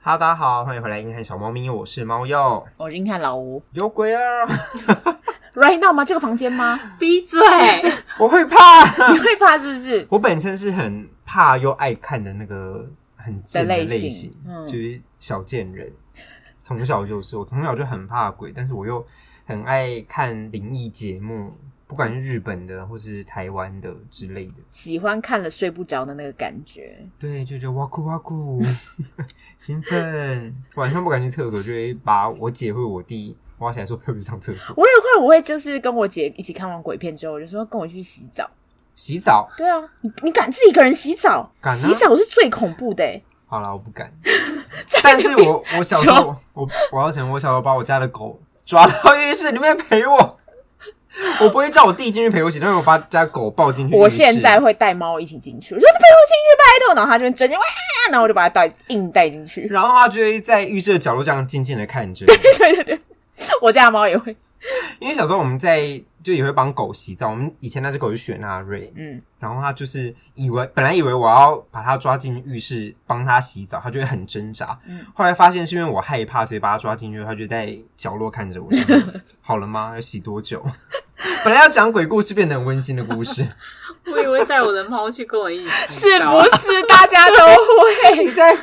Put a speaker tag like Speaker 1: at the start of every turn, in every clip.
Speaker 1: Hello，大家好，欢迎回来《硬汉小猫咪》，我是猫鼬，
Speaker 2: 我今哦看老吴
Speaker 1: 有鬼啊！
Speaker 2: ，right now 吗？这个房间吗？
Speaker 3: 闭嘴！
Speaker 1: 我会怕，
Speaker 2: 你会怕是不是？
Speaker 1: 我本身是很怕又爱看的那个很贱的类
Speaker 2: 的类
Speaker 1: 型
Speaker 2: 型，嗯
Speaker 1: 就是小贱人。从小就是，我从小就很怕鬼，但是我又很爱看灵异节目，不管是日本的或是台湾的之类的。
Speaker 2: 喜欢看了睡不着的那个感觉，
Speaker 1: 对，就觉得哇酷哇酷， 兴奋。晚上不敢去厕所，就会把我姐或我弟挖起来说 陪我去上厕所、
Speaker 2: 我也会，我会就是跟我姐一起看完鬼片之后，我就说跟我去洗澡。
Speaker 1: 洗澡。
Speaker 2: 对啊，你你敢自己一个人洗澡？
Speaker 1: 敢啊
Speaker 2: 洗澡是最恐怖的、欸。
Speaker 1: 好了，我不敢。
Speaker 2: 在
Speaker 1: 但是
Speaker 2: 那边
Speaker 1: 我我小时候，我我要承认，我小时候把我家的狗抓到浴室里面陪我。 我不会叫我弟进去陪我洗，但是我把家狗抱进去浴室。
Speaker 2: 我现在会带猫一起进去，我说陪我进去拜托，然后它就会争哇，然后我就把它带硬带进去。
Speaker 1: 然后他就会在浴室的角落这样静静的看着。
Speaker 2: 对对对，我家的猫也会，
Speaker 1: 因为小时候我们在就也会帮狗洗澡，我们以前那只狗是雪纳瑞，
Speaker 2: 嗯，
Speaker 1: 然后他就是以为本来以为我要把它抓进浴室帮它洗澡，它就会很挣扎。
Speaker 2: 嗯
Speaker 1: 后来发现是因为我害怕，所以把它抓进去，它就在角落看 着我。想说好了吗？要洗多久？本来要讲鬼故事，变得很温馨的故事。
Speaker 3: 我以为带我的猫去跟我一起 洗
Speaker 2: 是
Speaker 3: 澡
Speaker 2: 不是大家都会？
Speaker 1: 啊 你在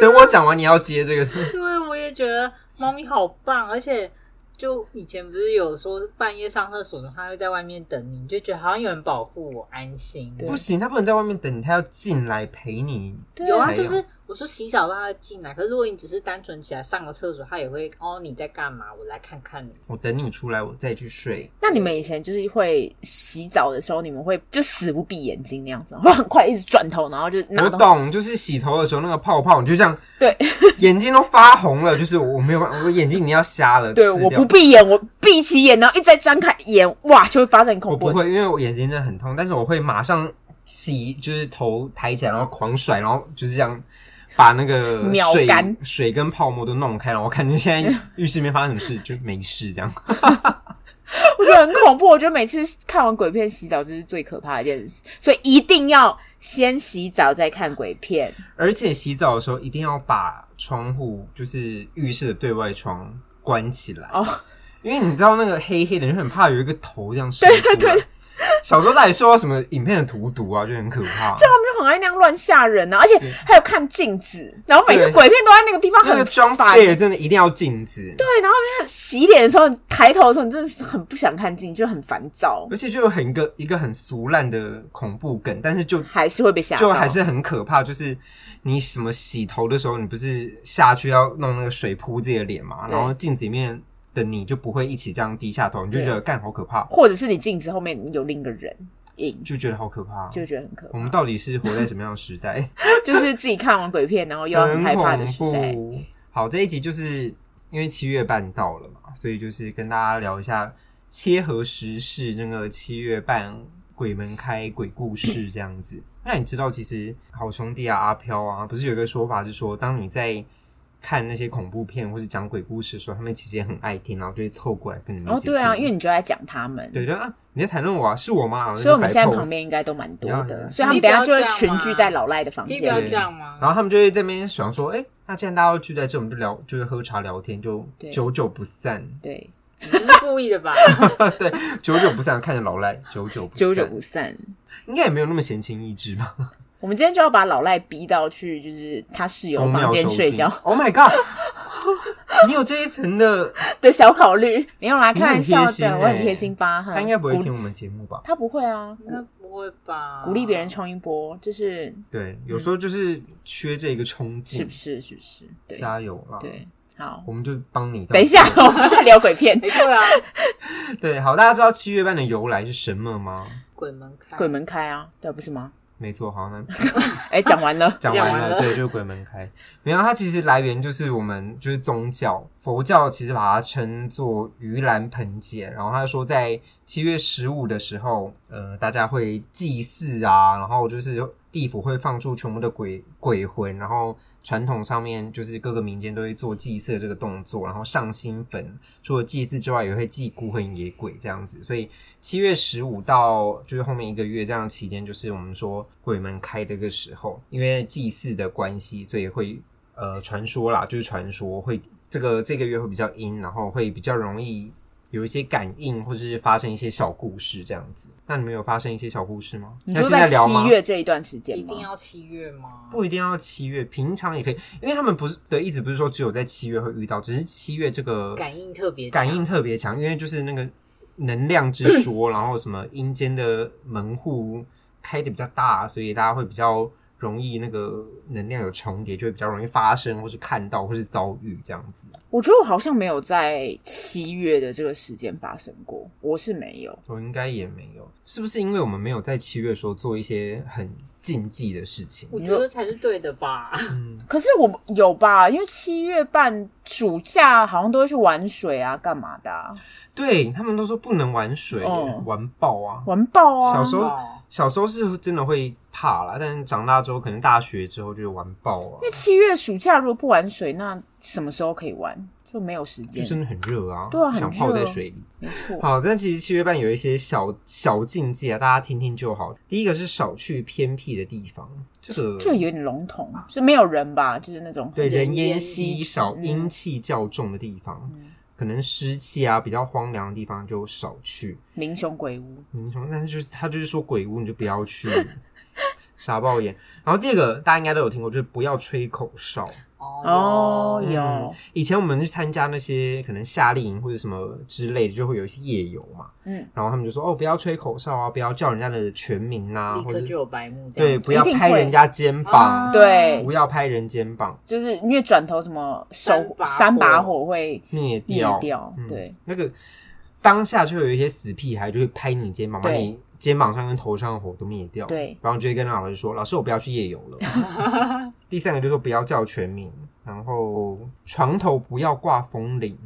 Speaker 1: 等我讲完，你要接这个。
Speaker 3: 因为我也觉得猫咪好棒，而且就以前不是有说半夜上厕所的话，它会在外面等你，你就觉得好像有人保护我，安心。
Speaker 2: 对
Speaker 1: 不行，它不能在外面等你，它要进来陪你。
Speaker 2: 对
Speaker 3: 有啊，
Speaker 1: 还有
Speaker 3: 就是我说洗澡让它进来，可是如果你只是单纯起来上个厕所，它也会哦你在干嘛？我来看看你。
Speaker 1: 我等你出来，我再去睡。
Speaker 2: 那你们以前就是会洗澡的时候，你们会就死不闭眼睛那样子，会很快一直转头，然后就拿东
Speaker 1: 我
Speaker 2: 西。
Speaker 1: 懂，就是洗头的时候那个泡泡，你就这样，
Speaker 2: 对，
Speaker 1: 眼睛都发红了，就是我没有办法，我眼睛已经要瞎了。
Speaker 2: 对，
Speaker 1: 刺
Speaker 2: 我
Speaker 1: 掉
Speaker 2: 不闭眼，我闭起眼，然后一再张开眼，哇，就会发生很
Speaker 1: 我
Speaker 2: 恐
Speaker 1: 不
Speaker 2: 怖的
Speaker 1: 会，
Speaker 2: 事。
Speaker 1: 因为我眼睛真的很痛，但是我会马上洗，就是头抬起来，然后狂甩，然后就是这样把那个
Speaker 2: 秒
Speaker 1: 水
Speaker 2: 干
Speaker 1: 水跟泡沫都弄开，然后我看见现在浴室里面发生什么事，就没事这样。
Speaker 2: 我觉得很恐怖。我觉得每次看完鬼片洗澡就是最可怕的一件事，所以一定要先洗澡再看鬼片。
Speaker 1: 而且洗澡的时候一定要把窗户，就是浴室的对外窗关起来，
Speaker 2: 哦
Speaker 1: 因为你知道那个黑黑的，你就很怕有一个头这样伸出来。小时候到底受到什么影片的荼毒啊，就很可怕。
Speaker 2: 他们就很爱那样乱吓人啊，而且还有看镜子，然后每次
Speaker 1: 对
Speaker 2: 鬼片都在那个地方
Speaker 1: 那个
Speaker 2: 很
Speaker 1: jump
Speaker 2: 烦
Speaker 1: scare 真的一定要镜子。
Speaker 2: 对，然后就是洗脸的时候，你抬头的时候，你真的是很不想看镜，就很烦躁，
Speaker 1: 而且就有很一个一个很俗烂的恐怖梗，但是就
Speaker 2: 还是会被吓到。
Speaker 1: 就还是很可怕。就是你什么洗头的时候，你不是下去要弄那个水扑自己的脸嘛，
Speaker 2: 对
Speaker 1: 然后镜子里面的你就不会一起这样低下头，你就觉得干好可怕，
Speaker 2: 或者是你镜子后面有另一个人影，
Speaker 1: 就觉得好可怕。啊
Speaker 2: 就觉得很可
Speaker 1: 我
Speaker 2: 怕。
Speaker 1: 们到底是活在什么样的时代？
Speaker 2: 就是自己看完鬼片，然后又要很
Speaker 1: 很
Speaker 2: 害怕的时代
Speaker 1: 恐。怖。好，这一集就是因为七月半到了嘛，所以就是跟大家聊一下切合时事那个七月半鬼门开鬼故事这样子。 那你知道，其实好兄弟啊、阿飘啊，不是有一个说法是说，当你在看那些恐怖片或是讲鬼故事的时候，他们其实也很爱听，然后就会凑过来跟你们一
Speaker 2: 哦，
Speaker 1: 起
Speaker 2: 对啊，因
Speaker 1: 听
Speaker 2: 为你就在讲他们，
Speaker 1: 对就啊，你在谈论我啊，是我吗？然后就
Speaker 2: 所以我们
Speaker 1: 摆
Speaker 2: 现在
Speaker 1: pose
Speaker 2: 旁边应该都蛮多
Speaker 1: 你要
Speaker 2: 的，所以他们等一下就会群聚在老赖的房
Speaker 3: 可以
Speaker 2: 间
Speaker 3: 不要
Speaker 1: 对
Speaker 2: 里。
Speaker 3: 这样吗？
Speaker 1: 然后他们就会在那边想说，哎、那既然大家都聚在这，我们就聊，就是喝茶聊天，就
Speaker 2: 对
Speaker 1: 久久不散，
Speaker 2: 对，
Speaker 3: 你不是故意的吧？
Speaker 1: 对，久久不散，看着 老赖，久久不散，
Speaker 2: 久久不散。
Speaker 1: 应该也没有那么闲情逸致吧？
Speaker 2: 我们今天就要把老赖逼到去，就是他室 友
Speaker 1: 公
Speaker 2: 房
Speaker 1: 庙
Speaker 2: 间
Speaker 1: 收
Speaker 2: 睡
Speaker 1: 金
Speaker 2: 觉
Speaker 1: Oh my god！你有这一层的，
Speaker 2: 的小考虑。没有啦，
Speaker 1: 你
Speaker 2: 开玩
Speaker 1: 很贴
Speaker 2: 笑
Speaker 1: 心
Speaker 2: 的，我很
Speaker 1: 欸
Speaker 2: 贴心吧？
Speaker 1: 他
Speaker 2: 他
Speaker 1: 应该不会听我们节目吧？
Speaker 2: 他不会啊，
Speaker 3: 应该不会吧？
Speaker 2: 鼓励别人冲一波，就是
Speaker 1: 对，有时候就是缺这个冲
Speaker 2: 是
Speaker 1: 劲
Speaker 2: 不，是？是不是？对
Speaker 1: 加油啦！，
Speaker 2: 对，好，
Speaker 1: 我们就帮你。
Speaker 2: 等一 下，，我们在聊鬼片
Speaker 3: 没。错啊，
Speaker 1: 对，好，大家知道七月半的由来是什么吗？
Speaker 3: 鬼门开，
Speaker 2: 鬼门开啊，对，不是吗？
Speaker 1: 没错，好，那，
Speaker 2: 哎，讲完了
Speaker 1: 讲完
Speaker 3: 讲
Speaker 1: 了，
Speaker 3: 完了
Speaker 1: 对，就是鬼门开。没有，它其实来源就是我们就是宗教，佛教其实把它称作盂兰盆节。然后他说，在七月十五的时候，呃，大家会祭祀啊，然后就是地府会放出全部的鬼鬼魂，然后传统上面就是各个民间都会做祭祀的这个动作，然后上新坟，除了祭祀之外，也会祭孤魂野鬼这样子。所以七月十五到就是后面一个月这样期间，就是我们说鬼门开的一个时候，因为祭祀的关系，所以会。呃传说啦，就是传说会这个这个月会比较阴，然后会比较容易有一些感应，或者是发生一些小故事这样子。那你们有发生一些小故事吗？
Speaker 2: 你
Speaker 1: 那
Speaker 2: 说
Speaker 1: 现在聊吗
Speaker 2: 七？月这一段时间
Speaker 3: 一
Speaker 2: 吗？
Speaker 3: 定要七月吗？
Speaker 1: 不一定要七月，平常也可以，因为他们不是的意思不是说只有在七月会遇到，只是七月这个
Speaker 3: 感应特别强
Speaker 1: 感应特别强，因为就是那个能量之 说，然后什么阴间的门户开的比较大，所以大家会比较容易那个能量有重叠，就会比较容易发生，或是看到，或是遭遇这样子。
Speaker 2: 我觉得我好像没有在七月的这个时间发生过，我是没有。
Speaker 1: 我应该也没有，是不是因为我们没有在七月的时候做一些很禁忌的事情？
Speaker 3: 我觉得才是对的吧。
Speaker 1: 嗯，
Speaker 2: 可是我有吧，因为七月半暑假好像都会去玩水啊，干嘛的、啊，
Speaker 1: 对他们都说不能玩水，
Speaker 2: 哦
Speaker 1: 玩爆啊！
Speaker 2: 玩爆啊！
Speaker 1: 小时候
Speaker 3: 哦
Speaker 1: 小时候是真的会怕啦，但是长大之后，可能大学之后就是玩爆啊
Speaker 2: 因为，七月暑假如果不玩水，那什么时候可以玩？就没有时
Speaker 1: 就
Speaker 2: 间，
Speaker 1: 真的很热啊，
Speaker 2: 对啊很
Speaker 1: 想泡在
Speaker 2: 热
Speaker 1: 水里。
Speaker 2: 没错。
Speaker 1: 好，但其实七月半有一些小小禁忌啊，大家听听就好。第一个是少去偏僻的地方，这个
Speaker 2: 这个有点笼统，是没有人吧？就是那种
Speaker 1: 对
Speaker 3: 人
Speaker 1: 人
Speaker 3: 烟
Speaker 1: 烟稀
Speaker 2: 稀
Speaker 1: 少、
Speaker 2: 嗯
Speaker 1: 阴气较重的地方，
Speaker 2: 嗯
Speaker 1: 可能湿气啊比较荒凉的地方就少去。
Speaker 2: 民雄鬼屋，
Speaker 1: 你说，但是就是他就是说鬼屋你就不要去，傻爆眼。然后第二个大家应该都有听过，就是不要吹口哨。
Speaker 2: 哦
Speaker 3: 哦，
Speaker 2: 有
Speaker 1: 嗯以前我们去参加那些可能夏令营或者什么之类的，就会有一些夜游嘛，
Speaker 2: 嗯，
Speaker 1: 然后他们就说哦，不要吹口哨啊，不要叫人家的全名呐、
Speaker 3: 立
Speaker 1: 或
Speaker 3: 刻
Speaker 1: 者
Speaker 3: 就有白目这
Speaker 1: 对，
Speaker 3: 样子。
Speaker 1: 不要
Speaker 2: 一定
Speaker 1: 拍
Speaker 2: 会
Speaker 1: 人家肩膀，
Speaker 3: 啊
Speaker 2: 对
Speaker 1: 不要拍人肩膀，
Speaker 2: 就是因为转头什么
Speaker 3: 三
Speaker 2: 手
Speaker 3: 把火
Speaker 2: 三把火会
Speaker 1: 灭
Speaker 2: 灭
Speaker 1: 掉，
Speaker 2: 掉
Speaker 1: 嗯
Speaker 2: 对，
Speaker 1: 那个当下就有一些死屁孩就会拍你肩膀，把
Speaker 2: 对
Speaker 1: 你肩膀上跟头上的火都灭掉，
Speaker 2: 对，
Speaker 1: 然后你就会跟老师说，老师我不要去夜游了。第三个就是说不要叫全名，然后床头不要挂风铃，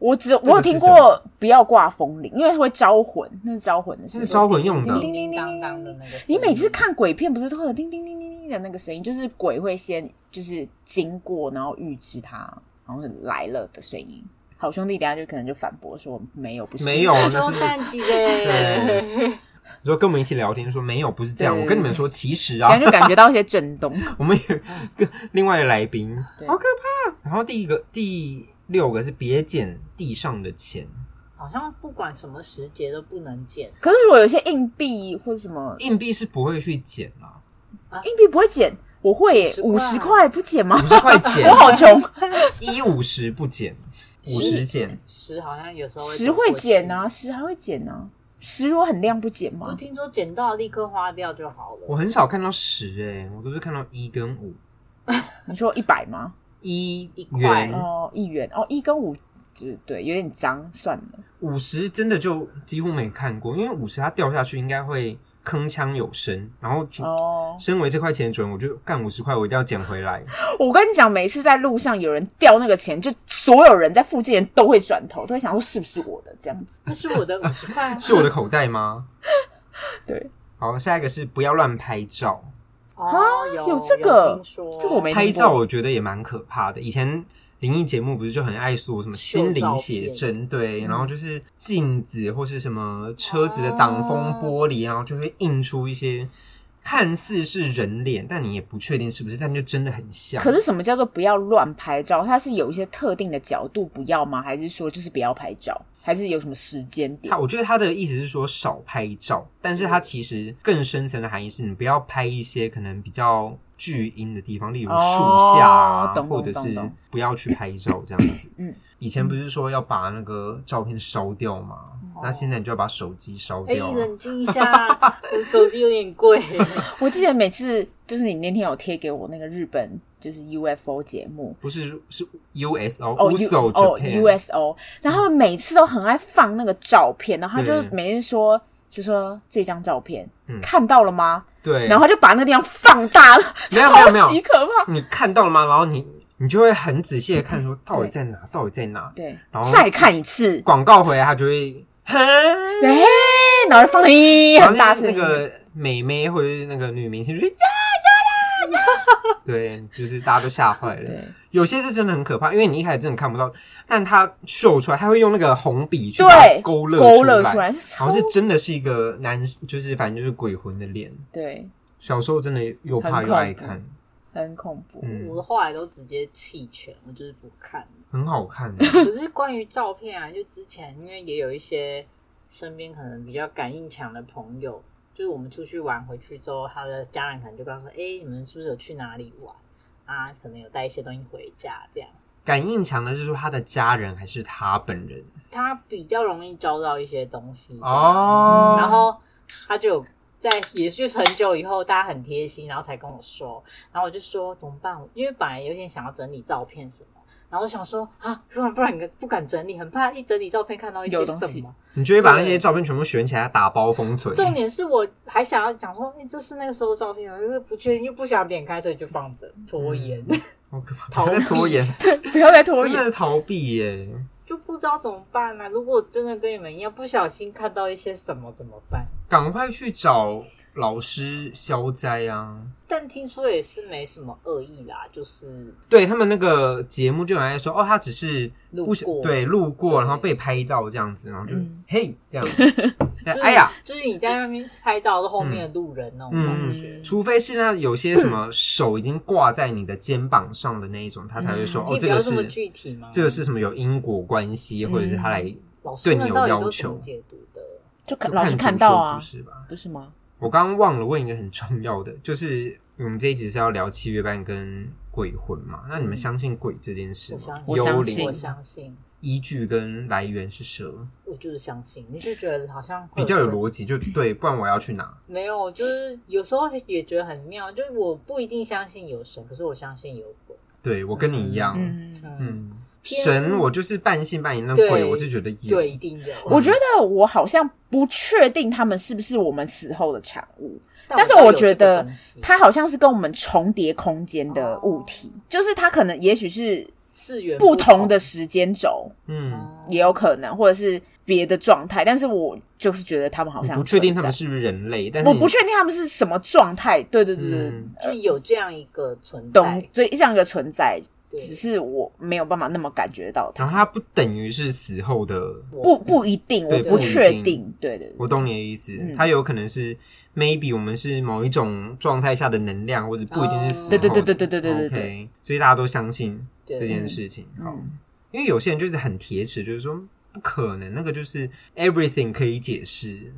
Speaker 2: 我只
Speaker 1: 个
Speaker 2: 我有听
Speaker 1: 是什
Speaker 2: 过不要挂风铃，因为会招魂，那是招魂的事。
Speaker 1: 是招魂嗯用
Speaker 2: 叮
Speaker 1: 的。
Speaker 2: 叮叮
Speaker 3: 叮叮
Speaker 2: 当
Speaker 3: 当
Speaker 2: 当
Speaker 3: 当
Speaker 2: 的
Speaker 3: 的那个。
Speaker 2: 你每次看鬼片不是都会有叮叮叮叮叮的那个声音，就是鬼会先就是经过，然后预知它好像是来了的声音。好兄弟，等一下就可能就反驳说没有，不是
Speaker 1: 没有那是
Speaker 3: 中淡季嘞，
Speaker 1: 你说跟我们一起聊天，说没有，不是这样。
Speaker 2: 对
Speaker 1: 我跟你们说，其实啊
Speaker 2: 感，觉就感觉到一些震 动。
Speaker 1: 我们有跟另外的来宾，
Speaker 2: 对
Speaker 1: 好可怕。然后第一个、第六个是别捡地上的钱，
Speaker 3: 好像不管什么时节都不能剪，
Speaker 2: 可是如果有一些硬币或者什么
Speaker 1: 硬币是不会去捡啊啦，
Speaker 2: 硬币不会捡，我会耶，五
Speaker 3: 50
Speaker 2: 十
Speaker 3: 块
Speaker 2: 块不捡吗
Speaker 1: 五？十块捡
Speaker 2: 我，好穷，
Speaker 1: 一五十不捡，
Speaker 3: 是
Speaker 1: 五十捡。
Speaker 3: 十好像有时候
Speaker 2: 十会捡啊，十还会捡啊，十如果很亮不捡
Speaker 3: 走过
Speaker 2: 吗
Speaker 3: 去。我？听说捡到立刻花掉就好
Speaker 1: 我
Speaker 3: 了。
Speaker 1: 很少看到十哎、我都是看到一跟五，
Speaker 2: 你说一百吗？
Speaker 1: 一
Speaker 3: 一块
Speaker 1: 元
Speaker 2: 哦，一元哦，一跟五就是对，有点脏，算了。
Speaker 1: 五十真的就几乎没看过，因为五十它掉下去应该会铿锵有声，然后主。
Speaker 2: 哦，
Speaker 1: 身为这块钱主人，我就干五十块，我一定要捡回来。
Speaker 2: 我跟你讲，每次在路上有人掉那个钱，就所有人在附近人都会转头，都会想说是不是我的这样子。
Speaker 3: 那是我的五十 块，
Speaker 1: 是我的口袋吗？
Speaker 2: 对，
Speaker 1: 好，下一个是不要乱拍照。
Speaker 3: 哦，有
Speaker 2: 有这个
Speaker 3: 听说
Speaker 2: 这个我没
Speaker 1: 拍
Speaker 2: 听过
Speaker 1: 照我觉得也蛮可怕的。以前灵异节目不是就很爱说什么心灵写真，对，
Speaker 2: 嗯
Speaker 1: 然后就是镜子或是什么车子的挡风玻璃，
Speaker 2: 啊
Speaker 1: 然后就会映出一些看似是人脸，但你也不确定是不是，但就真的很像。
Speaker 2: 可是什么叫做不要乱拍照？它是有一些特定的角度不要吗？还是说就是不要拍照？还是有什么时间点嗯
Speaker 1: 他，？我觉得他的意思是说少拍照，但是他其实更深层的含义是你不要拍一些可能比较巨阴的地方，例如树下啊，
Speaker 2: 哦懂懂
Speaker 1: 或者
Speaker 2: 懂
Speaker 1: 是
Speaker 2: 懂
Speaker 1: 不要去拍照这样子。
Speaker 2: 嗯，
Speaker 1: 以前不是说要把那个照片烧掉吗？
Speaker 2: 哦
Speaker 1: 那现在你就要把手机烧
Speaker 3: 哦哎，
Speaker 1: 掉啊、
Speaker 3: 冷静一下， 我手机有点 贵。
Speaker 2: 我记得每次就是你那天有贴给我那个日本就是 UFO 节目，
Speaker 1: 不是是 USO
Speaker 2: 哦
Speaker 1: USO
Speaker 2: 哦
Speaker 1: Japan，
Speaker 2: USO，然后每次都很爱放那个照片，然后他就
Speaker 1: 对
Speaker 2: 每次说就说这张照片、
Speaker 1: 嗯
Speaker 2: 看到了吗？
Speaker 1: 对，
Speaker 2: 然后他就把那个地方放大了，
Speaker 1: 没有没有没
Speaker 2: 超级
Speaker 1: 有，
Speaker 2: 可怕。
Speaker 1: 你看到了吗？然后你你就会很仔细的看
Speaker 2: 嗯
Speaker 1: 说到底在哪，到底在哪。
Speaker 2: 对
Speaker 1: 然后，
Speaker 2: 再看一次，
Speaker 1: 广告回来，他就会。
Speaker 2: 对，然后就放一
Speaker 1: 然后
Speaker 2: 很大
Speaker 1: 那
Speaker 2: 声
Speaker 1: 那
Speaker 2: 音，
Speaker 1: 个美眉或者是那个女明星就是呀呀啦呀， 对，就是大家都吓坏了。
Speaker 2: 对
Speaker 1: 有些是真的很可怕，因为你一开始真的看不到，但它秀出来，它会用那个红笔去把它
Speaker 2: 对
Speaker 1: 勾勒
Speaker 2: 勾勒
Speaker 1: 出
Speaker 2: 出
Speaker 1: 来，
Speaker 2: 来，
Speaker 1: 好
Speaker 2: 超
Speaker 1: 像是真的是一个男，就是反正就是鬼魂的脸。
Speaker 2: 对，
Speaker 1: 小时候真的又怕又爱看，
Speaker 2: 很恐怖。
Speaker 1: 嗯
Speaker 3: 我后来都直接弃权，我就是不看。
Speaker 1: 很好看。
Speaker 3: 可是关于照片啊，就之前因为也有一些身边可能比较感应强的朋友，就是我们出去玩回去之后，他的家人可能就告诉说：“哎、你们是不是有去哪里玩啊？可能有带一些东西回家这样。”
Speaker 1: 感应强的是说他的家人还是他本人
Speaker 3: 他比较容易招到一些东西，
Speaker 2: 嗯
Speaker 1: 哦，
Speaker 3: 然后他就有在也是就是很久以后，大家很贴心，然后才跟我说，然后我就说怎么办？因为本来有点想要整理照片什么，然后我想说啊，不然不然不敢整理，很怕一整理照片看到一些
Speaker 2: 有东
Speaker 3: 什
Speaker 2: 西
Speaker 3: 么。
Speaker 1: 你就会把那些照片全部选起来打包封存。
Speaker 3: 重点是我还想要讲说，哎、这是那个时候的照片吗，就是不确定，又不想点开，所以就放着拖延，
Speaker 1: 好可怕，
Speaker 3: 逃避
Speaker 1: 在拖延，
Speaker 2: 对，不要再拖
Speaker 1: 真
Speaker 2: 延。
Speaker 1: 的逃避耶。
Speaker 3: 就不知道怎么办呢、如果真的跟你们一样不小心看到一些什么怎么办？
Speaker 1: 赶快去找老师消灾啊！
Speaker 3: 但听说也是没什么恶意啦，就是
Speaker 1: 对他们那个节目就有人在说，哦，他只是
Speaker 3: 路
Speaker 1: 不小
Speaker 3: 过
Speaker 1: 对路过，
Speaker 3: 对
Speaker 1: 然后被拍到这样子，然后就、
Speaker 2: 嗯
Speaker 1: 嘿这样，
Speaker 3: 就是
Speaker 1: 哎呀，，嗯
Speaker 3: 就是你在那边拍照的后面的路人那种感觉。
Speaker 2: 嗯
Speaker 1: 除非是那有些什么手已经挂在你的肩膀上的那一种，他才会说、
Speaker 2: 嗯
Speaker 3: 可
Speaker 1: 哦，
Speaker 3: 以
Speaker 1: 这
Speaker 3: 不要
Speaker 1: 个
Speaker 3: 这么
Speaker 1: 是
Speaker 3: 具体吗？
Speaker 1: 这个是什么有因果关系，或者是他来
Speaker 3: 老师们到底都
Speaker 1: 对
Speaker 3: 怎
Speaker 1: 你有要求
Speaker 3: 么解读的？
Speaker 2: 就
Speaker 1: 就
Speaker 2: 看老师
Speaker 1: 图
Speaker 2: 看到
Speaker 1: 说
Speaker 2: 啊
Speaker 1: 故，事吧？
Speaker 2: 不是吗？
Speaker 1: 我刚刚忘了问一个很重要的， 就是我们这一集是要聊七月半跟鬼魂嘛？那你们
Speaker 3: 嗯
Speaker 1: 相信鬼这件事
Speaker 3: 我
Speaker 1: 吗
Speaker 3: 相？
Speaker 2: 嗯我
Speaker 1: 幽
Speaker 2: 相
Speaker 1: 灵
Speaker 2: 信
Speaker 3: 我相信，
Speaker 1: 依据跟来源是蛇，
Speaker 3: 我就是相信。你就觉得好像会
Speaker 1: 比较有
Speaker 3: 这个
Speaker 1: 逻辑，就对，不然我要去哪？
Speaker 3: 没有，就是有时候也觉得很妙，就是我不一定相信有神，可是我相信有鬼。
Speaker 1: 对我跟你一样，嗯，
Speaker 2: 嗯，
Speaker 3: 偏
Speaker 1: 神我就是半信半疑，那
Speaker 3: 对
Speaker 1: 鬼我是觉得有
Speaker 3: 对，，一定有。
Speaker 2: 我觉得我好像不确定他们是不是我们死后的产物，但是
Speaker 3: 我
Speaker 2: 我觉得
Speaker 3: 他
Speaker 2: 它好像是跟我们重叠空间的物体，就是它可能也许是
Speaker 3: 次元
Speaker 2: 不同
Speaker 3: 同
Speaker 2: 的时间轴，
Speaker 1: 嗯，
Speaker 2: 也有可能，或者是别的状态，但是我就是觉得他们好
Speaker 1: 你
Speaker 2: 像
Speaker 1: 不确定
Speaker 2: 存
Speaker 1: 他们
Speaker 2: 在，
Speaker 1: 是不是人类，但是
Speaker 2: 我
Speaker 1: 你
Speaker 2: 不确定他们是什么状态，对对对对，
Speaker 1: 嗯
Speaker 3: 哦就有这样一个存在。
Speaker 2: 懂，所以这样一个存在，
Speaker 3: 对
Speaker 2: 只是我没有办法那么感觉到
Speaker 1: 然
Speaker 2: 它，
Speaker 1: 后它不等于是死后的，
Speaker 2: 不不一定，
Speaker 1: 对
Speaker 2: 我
Speaker 1: 不一
Speaker 2: 确
Speaker 1: 定
Speaker 2: 定，对对对，
Speaker 1: 我懂你的意思，
Speaker 2: 嗯
Speaker 1: 它有可能是 maybe 我们是某一种状态下的能量，或者不一定是死后的、
Speaker 3: 哦对
Speaker 2: 对对对对对对
Speaker 1: o
Speaker 2: 对
Speaker 1: k 所以大家都相信
Speaker 3: 对
Speaker 1: 这件事情。好，
Speaker 2: 嗯
Speaker 1: 因为有些人就是很铁齿，就是说不可能，那个就是 everything 可以解释，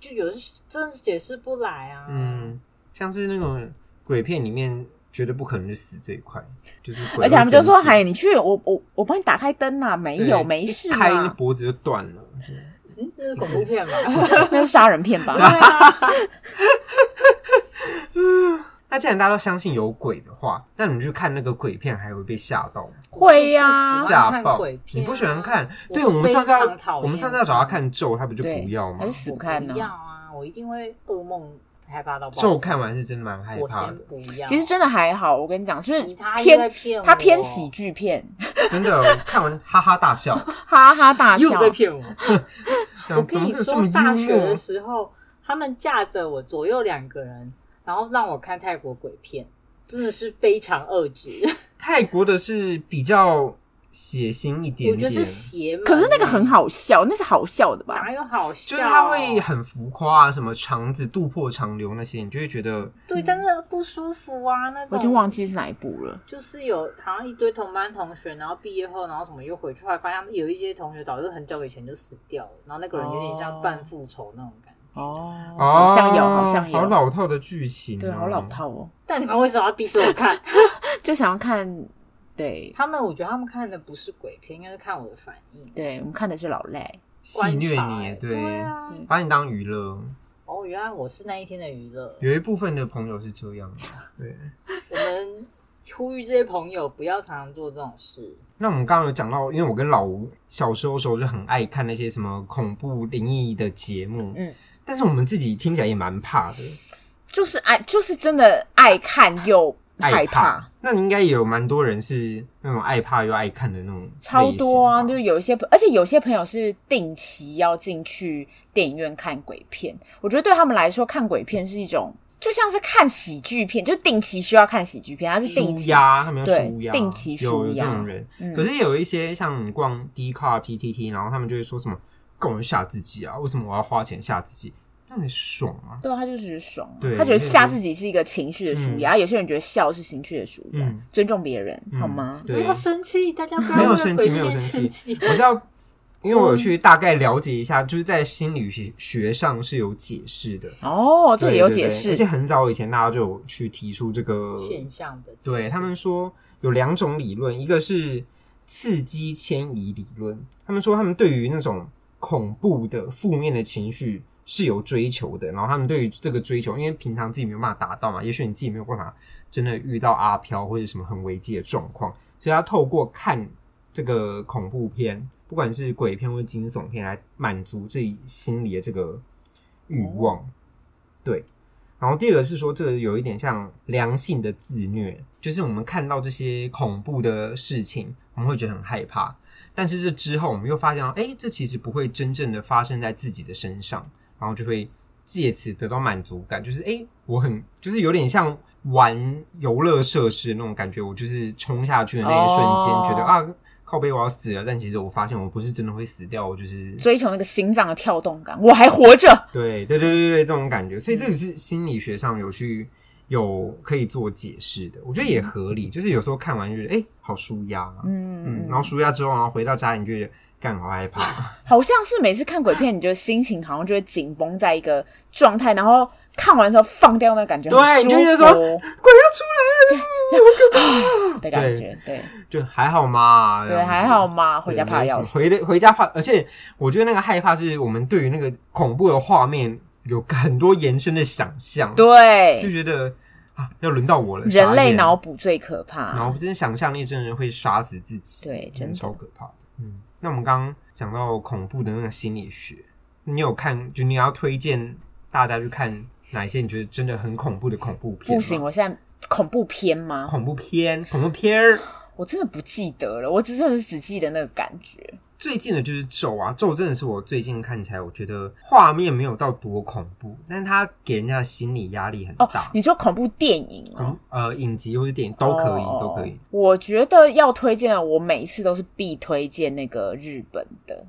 Speaker 3: 就有的是真的是解释不来啊。
Speaker 1: 嗯，像是那种鬼片里面觉得不可能就死最快，就是鬼会
Speaker 2: 而且他们就说：“
Speaker 1: 生气
Speaker 2: 海，你去，我我我帮你打开灯啊，没
Speaker 1: 对
Speaker 2: 有，没事
Speaker 1: 一开那
Speaker 2: 啊，
Speaker 1: 脖子就断了。
Speaker 3: 嗯，那是恐 怖片吧？
Speaker 2: 那是杀人片吧？”
Speaker 1: 那既然大家都相信有鬼的话，那你去看那个鬼片还会被吓到吗？
Speaker 2: 会呀、
Speaker 3: 喜欢
Speaker 1: 吓
Speaker 3: 看
Speaker 1: 爆
Speaker 3: 鬼！片
Speaker 1: 你不喜欢
Speaker 3: 啊
Speaker 1: 看？
Speaker 3: 我
Speaker 1: 对，我们
Speaker 3: 非
Speaker 1: 上次要
Speaker 3: 常讨
Speaker 1: 我们
Speaker 3: 厌
Speaker 1: 上次要找他看咒，他不就
Speaker 2: 对
Speaker 1: 不要吗
Speaker 2: 他就？死
Speaker 3: 我
Speaker 2: 不看呢、
Speaker 3: 不要啊， 我一定会噩梦，害怕到爆炸
Speaker 1: 咒看完是真的蛮害
Speaker 3: 我
Speaker 1: 怕
Speaker 3: 先
Speaker 1: 的，
Speaker 3: 不要。
Speaker 2: 其实真的还好，我跟你讲，就是
Speaker 3: 他又在
Speaker 2: 偏
Speaker 3: 骗我
Speaker 2: 他偏喜，剧片，
Speaker 1: 真的看完哈哈大 笑，
Speaker 2: 哈哈大
Speaker 3: 又
Speaker 2: 笑。
Speaker 3: 在骗我。我
Speaker 1: 怎
Speaker 3: 跟
Speaker 1: 么
Speaker 3: 你
Speaker 1: 会有这
Speaker 3: 说
Speaker 1: 么，
Speaker 3: 大
Speaker 1: 幽
Speaker 3: 学的
Speaker 1: 默？啊
Speaker 3: 时候，他们架着我左右两个人，然后让我看泰国鬼片，真的是非常恶质。
Speaker 1: 泰国的是比较血腥一 点
Speaker 3: 我觉得
Speaker 1: 点，
Speaker 3: 是邪门。啊
Speaker 2: 可是那个很，好笑，那是好笑的吧
Speaker 3: 哪？有好笑？啊
Speaker 1: 就是他会很浮夸啊，什么肠子渡破长流那些，你就会觉得
Speaker 3: 对，真的不舒服啊，那种
Speaker 2: 我已经忘记是哪一部了。
Speaker 3: 就是有好像一堆同班同学，然后毕业后，然后什么又回去，后来发现他们有一些同学早就很久以前就死掉了，然后那个人有点像半复仇那种感觉。
Speaker 2: 哦，
Speaker 1: 哦，
Speaker 2: 好像有，好像有，
Speaker 1: 好老套的剧情，
Speaker 2: 对，好老。套哦，
Speaker 3: 但你们为什么要逼着我看？
Speaker 2: 就想要看，对
Speaker 3: 他们我觉得他们看的不是鬼片，应该是看我的反应，
Speaker 2: 对，我们看的是老赖，
Speaker 1: 戏虐
Speaker 3: 观察
Speaker 1: 你，
Speaker 3: 欸
Speaker 1: 对，
Speaker 3: 对啊。
Speaker 2: 对
Speaker 1: 把你当娱乐。
Speaker 3: 哦，原来我是那一天的娱乐。
Speaker 1: 有一部分的朋友是这样，对。
Speaker 3: 我们呼吁这些朋友不要常常做这种事。
Speaker 1: 那我们刚刚有讲到，因为我跟老吴小时候的时候就很爱看那些什么恐怖灵异的节目，
Speaker 2: 嗯
Speaker 1: 但是我们自己听起来也蛮怕的，
Speaker 2: 就是爱，就是真的爱看又害
Speaker 1: 爱怕。那你应该也有蛮多人是那种爱怕又爱看的那种类型吧，
Speaker 2: 超多啊！就是有一些，而且有些朋友是定期要进去电影院看鬼片。我觉得对他们来说，看鬼片是一种，就像是看喜剧片，就定期需要看喜剧片，它是定
Speaker 1: 舒
Speaker 2: 期。
Speaker 1: 压，他们要舒
Speaker 2: 对
Speaker 1: 压，
Speaker 2: 定期舒压
Speaker 1: 有有这种人。
Speaker 2: 嗯
Speaker 1: 可是有一些像你逛 D car PTT，然后他们就会说什么“跟我吓自己啊，为什么我要花钱吓自己？让你爽啊。
Speaker 2: 对啊，他就只是爽啊、
Speaker 1: 对
Speaker 2: 他觉得吓自己是一个情绪的舒压，啊有些人觉得笑是情绪的舒压，
Speaker 1: 嗯
Speaker 2: 尊重别人、
Speaker 1: 嗯
Speaker 2: 好吗？
Speaker 3: 不
Speaker 1: 对
Speaker 3: 要，生气，大家不要
Speaker 1: 没有
Speaker 3: 为
Speaker 1: 生
Speaker 3: 鬼
Speaker 1: 气，没有
Speaker 3: 片
Speaker 1: 生
Speaker 3: 生
Speaker 1: 气，呃我是要，因为我
Speaker 2: 嗯
Speaker 1: 有去大概了解一下，就是在心理学学上是有解释的，
Speaker 2: 哦，这
Speaker 1: 对
Speaker 2: 个有
Speaker 1: 对
Speaker 2: 解
Speaker 1: 对
Speaker 2: 释
Speaker 1: 而且很早以前大家就有去提出这个
Speaker 3: 现象的，
Speaker 1: 对 他们说有两种理论，一个是刺激迁移理论，他们说他们对于那种恐怖的负面的情绪是有追求的，然后他们对于这个追求，因为平常自己没有办法达到嘛，也许你自己没有办法真的遇到阿飘或者什么很危机的状况，所以他透过看这个恐怖片，不管是鬼片或者惊悚片，来满足自己心里的这个欲望。对，然后第二个是说，这个有一点像良性的自虐，就是我们看到这些恐怖的事情，我们会觉得很害怕，但是这之后我们又发现到，哎，这其实不会真正的发生在自己的身上，然后就会借此得到满足感，就是哎，诶我很就是有点像玩游乐设施那种感觉，我就是冲下去的那一瞬间，
Speaker 2: 哦
Speaker 1: 觉得啊。靠背，我要死了！但其实我发现我不是真的会死掉，我就是
Speaker 2: 追求那个心脏的跳动感，我还活着。
Speaker 1: 对对对对对，这种感觉，所以这个是心理学上有去有可以做解释的，我觉得也合理。就是有时候看完就觉得，哎、好舒压、啊，
Speaker 2: 嗯
Speaker 1: 嗯，然后舒压之后，然后回到家，你就觉得干好害怕，
Speaker 2: 好像是每次看鬼片，你觉得心情好像就会紧绷在一个状态，然后看完之后放掉那感觉很
Speaker 1: 对
Speaker 2: 舒服，
Speaker 1: 你就觉得说哦鬼要出来了，
Speaker 2: 的感觉，对
Speaker 1: 就还好嘛，这
Speaker 2: 对，
Speaker 1: 样子
Speaker 2: 还好。嘛，回
Speaker 1: 对
Speaker 2: 家怕
Speaker 1: 没
Speaker 2: 得
Speaker 1: 什
Speaker 2: 要
Speaker 1: 么
Speaker 2: 死，
Speaker 1: 回的回家怕，而且我觉得那个害怕是我们对于那个恐怖的画面有很多延伸的想象，就
Speaker 2: 对，
Speaker 1: 觉得啊，要轮到我了，
Speaker 2: 人
Speaker 1: 傻
Speaker 2: 类
Speaker 1: 眼
Speaker 2: 脑补最可
Speaker 1: 然
Speaker 2: 怕，
Speaker 1: 后真的想象力真的会杀死自己，
Speaker 2: 对真
Speaker 1: 真
Speaker 2: 的
Speaker 1: 超可怕的。嗯，那我们刚刚讲到恐怖的那个心理学，你有看？就你要推荐大家去看哪一些你觉得真的很恐怖的恐怖片？
Speaker 2: 不行，，我现在。恐怖片吗？
Speaker 1: 恐怖片，恐怖片儿
Speaker 2: 我真的不记得了，我只真的只记得那个感觉。
Speaker 1: 最近的就是咒啊，咒真的是我最近看起来，我觉得画面没有到多恐怖，但是它给人家的心理压力很
Speaker 2: 哦
Speaker 1: 大。，
Speaker 2: 你说恐怖电影哦，
Speaker 1: 恐呃，影集或者电影都可以，
Speaker 2: 哦
Speaker 1: 都可以。。
Speaker 2: 我觉得要推荐的，我每一次都是必推荐那个日本的。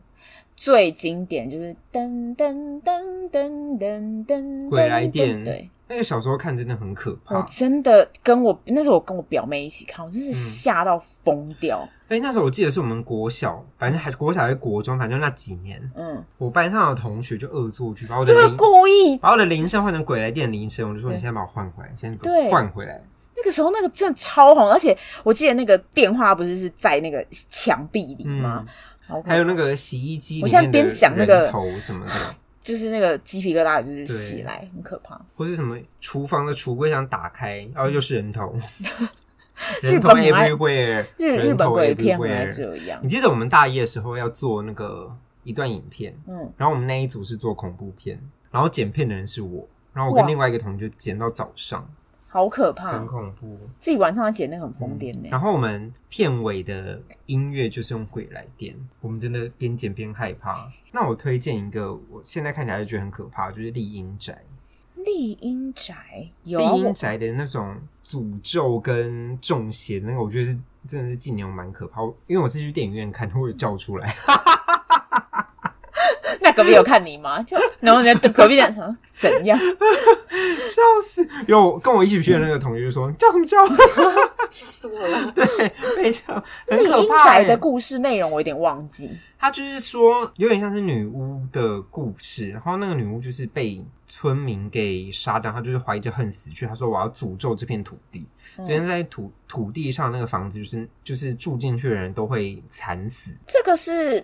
Speaker 2: 最经典就是噔噔噔噔噔噔，
Speaker 1: 鬼来电
Speaker 2: 对
Speaker 1: 那个小时候看真的很可怕
Speaker 2: 我，真的跟我那时候我跟我表妹一起看，我
Speaker 1: 嗯
Speaker 2: 真是吓到疯掉。
Speaker 1: 哎、那时候我记得是我们国小，反正还国小还是国中，反正那几年，
Speaker 2: 嗯，
Speaker 1: 我班上的同学就恶作剧，把我的
Speaker 2: 就会
Speaker 1: 铃
Speaker 2: 故意
Speaker 1: 把我的铃声换成鬼来电铃声，我就说
Speaker 2: 对
Speaker 1: 你现在把我换回来，你现在给
Speaker 2: 对
Speaker 1: 我换回来。
Speaker 2: 那个时候那个真的超红，而且我记得那个电话不是是在那个墙壁里吗
Speaker 1: 嗯？，
Speaker 2: 好可
Speaker 1: 还有那个洗衣机
Speaker 2: 我
Speaker 1: 里
Speaker 2: 现在
Speaker 1: 面的
Speaker 2: 边讲那个
Speaker 1: 人头什么的，
Speaker 2: 就是那个鸡皮疙瘩就是
Speaker 1: 对
Speaker 2: 起来，很可怕。
Speaker 1: 或是什么厨房的橱柜上打开，然后又是人头，
Speaker 2: 日
Speaker 1: 人头
Speaker 2: 本很爱
Speaker 1: everywhere，
Speaker 2: 日日
Speaker 1: 人
Speaker 2: 本
Speaker 1: 头
Speaker 2: 鬼片很爱
Speaker 1: everywhere。
Speaker 2: 这样
Speaker 1: 你，记得我们大一的时候要做那个一段影片，
Speaker 2: 嗯，
Speaker 1: 然后我们那一组是做恐怖片，然后剪片的人是我，然后我跟
Speaker 2: 哇
Speaker 1: 另外一个同学剪到早上，
Speaker 2: 好可
Speaker 1: 很
Speaker 2: 怕！
Speaker 1: 恐怖。嗯
Speaker 2: 自己晚上剪那个很疯癫呢
Speaker 1: 然。后我们片尾的音乐就是用鬼来电，我们真的边剪边害怕。那我推荐一个，我现在看起来就觉得很可怕，就是丽英宅。
Speaker 2: 丽英宅有啊
Speaker 1: 丽
Speaker 2: 我
Speaker 1: 英宅的那种诅咒跟中邪，那个我觉得是真的是近年我蛮可怕。我因为我是去电影院看， 我有叫出来，
Speaker 2: 那隔壁有看你 吗？就然后人家隔壁人想怎样？
Speaker 1: 笑死！有我跟我一起去的那个同学就说：“你叫什么叫？”
Speaker 3: 吓死我了。
Speaker 1: 对，非常很
Speaker 2: 丽
Speaker 1: 可
Speaker 2: 英
Speaker 1: 怕、
Speaker 2: 宅的
Speaker 1: 欸。
Speaker 2: 故事内容我有点忘记，
Speaker 1: 他就是说，有点像是女巫的故事，然后那个女巫就是被村民给杀掉，她就是怀着恨死去，她说我要诅咒这片土地，
Speaker 2: 嗯
Speaker 1: 所以在土土地上那个房子就是就是住进去的人都会惨死，
Speaker 2: 这个是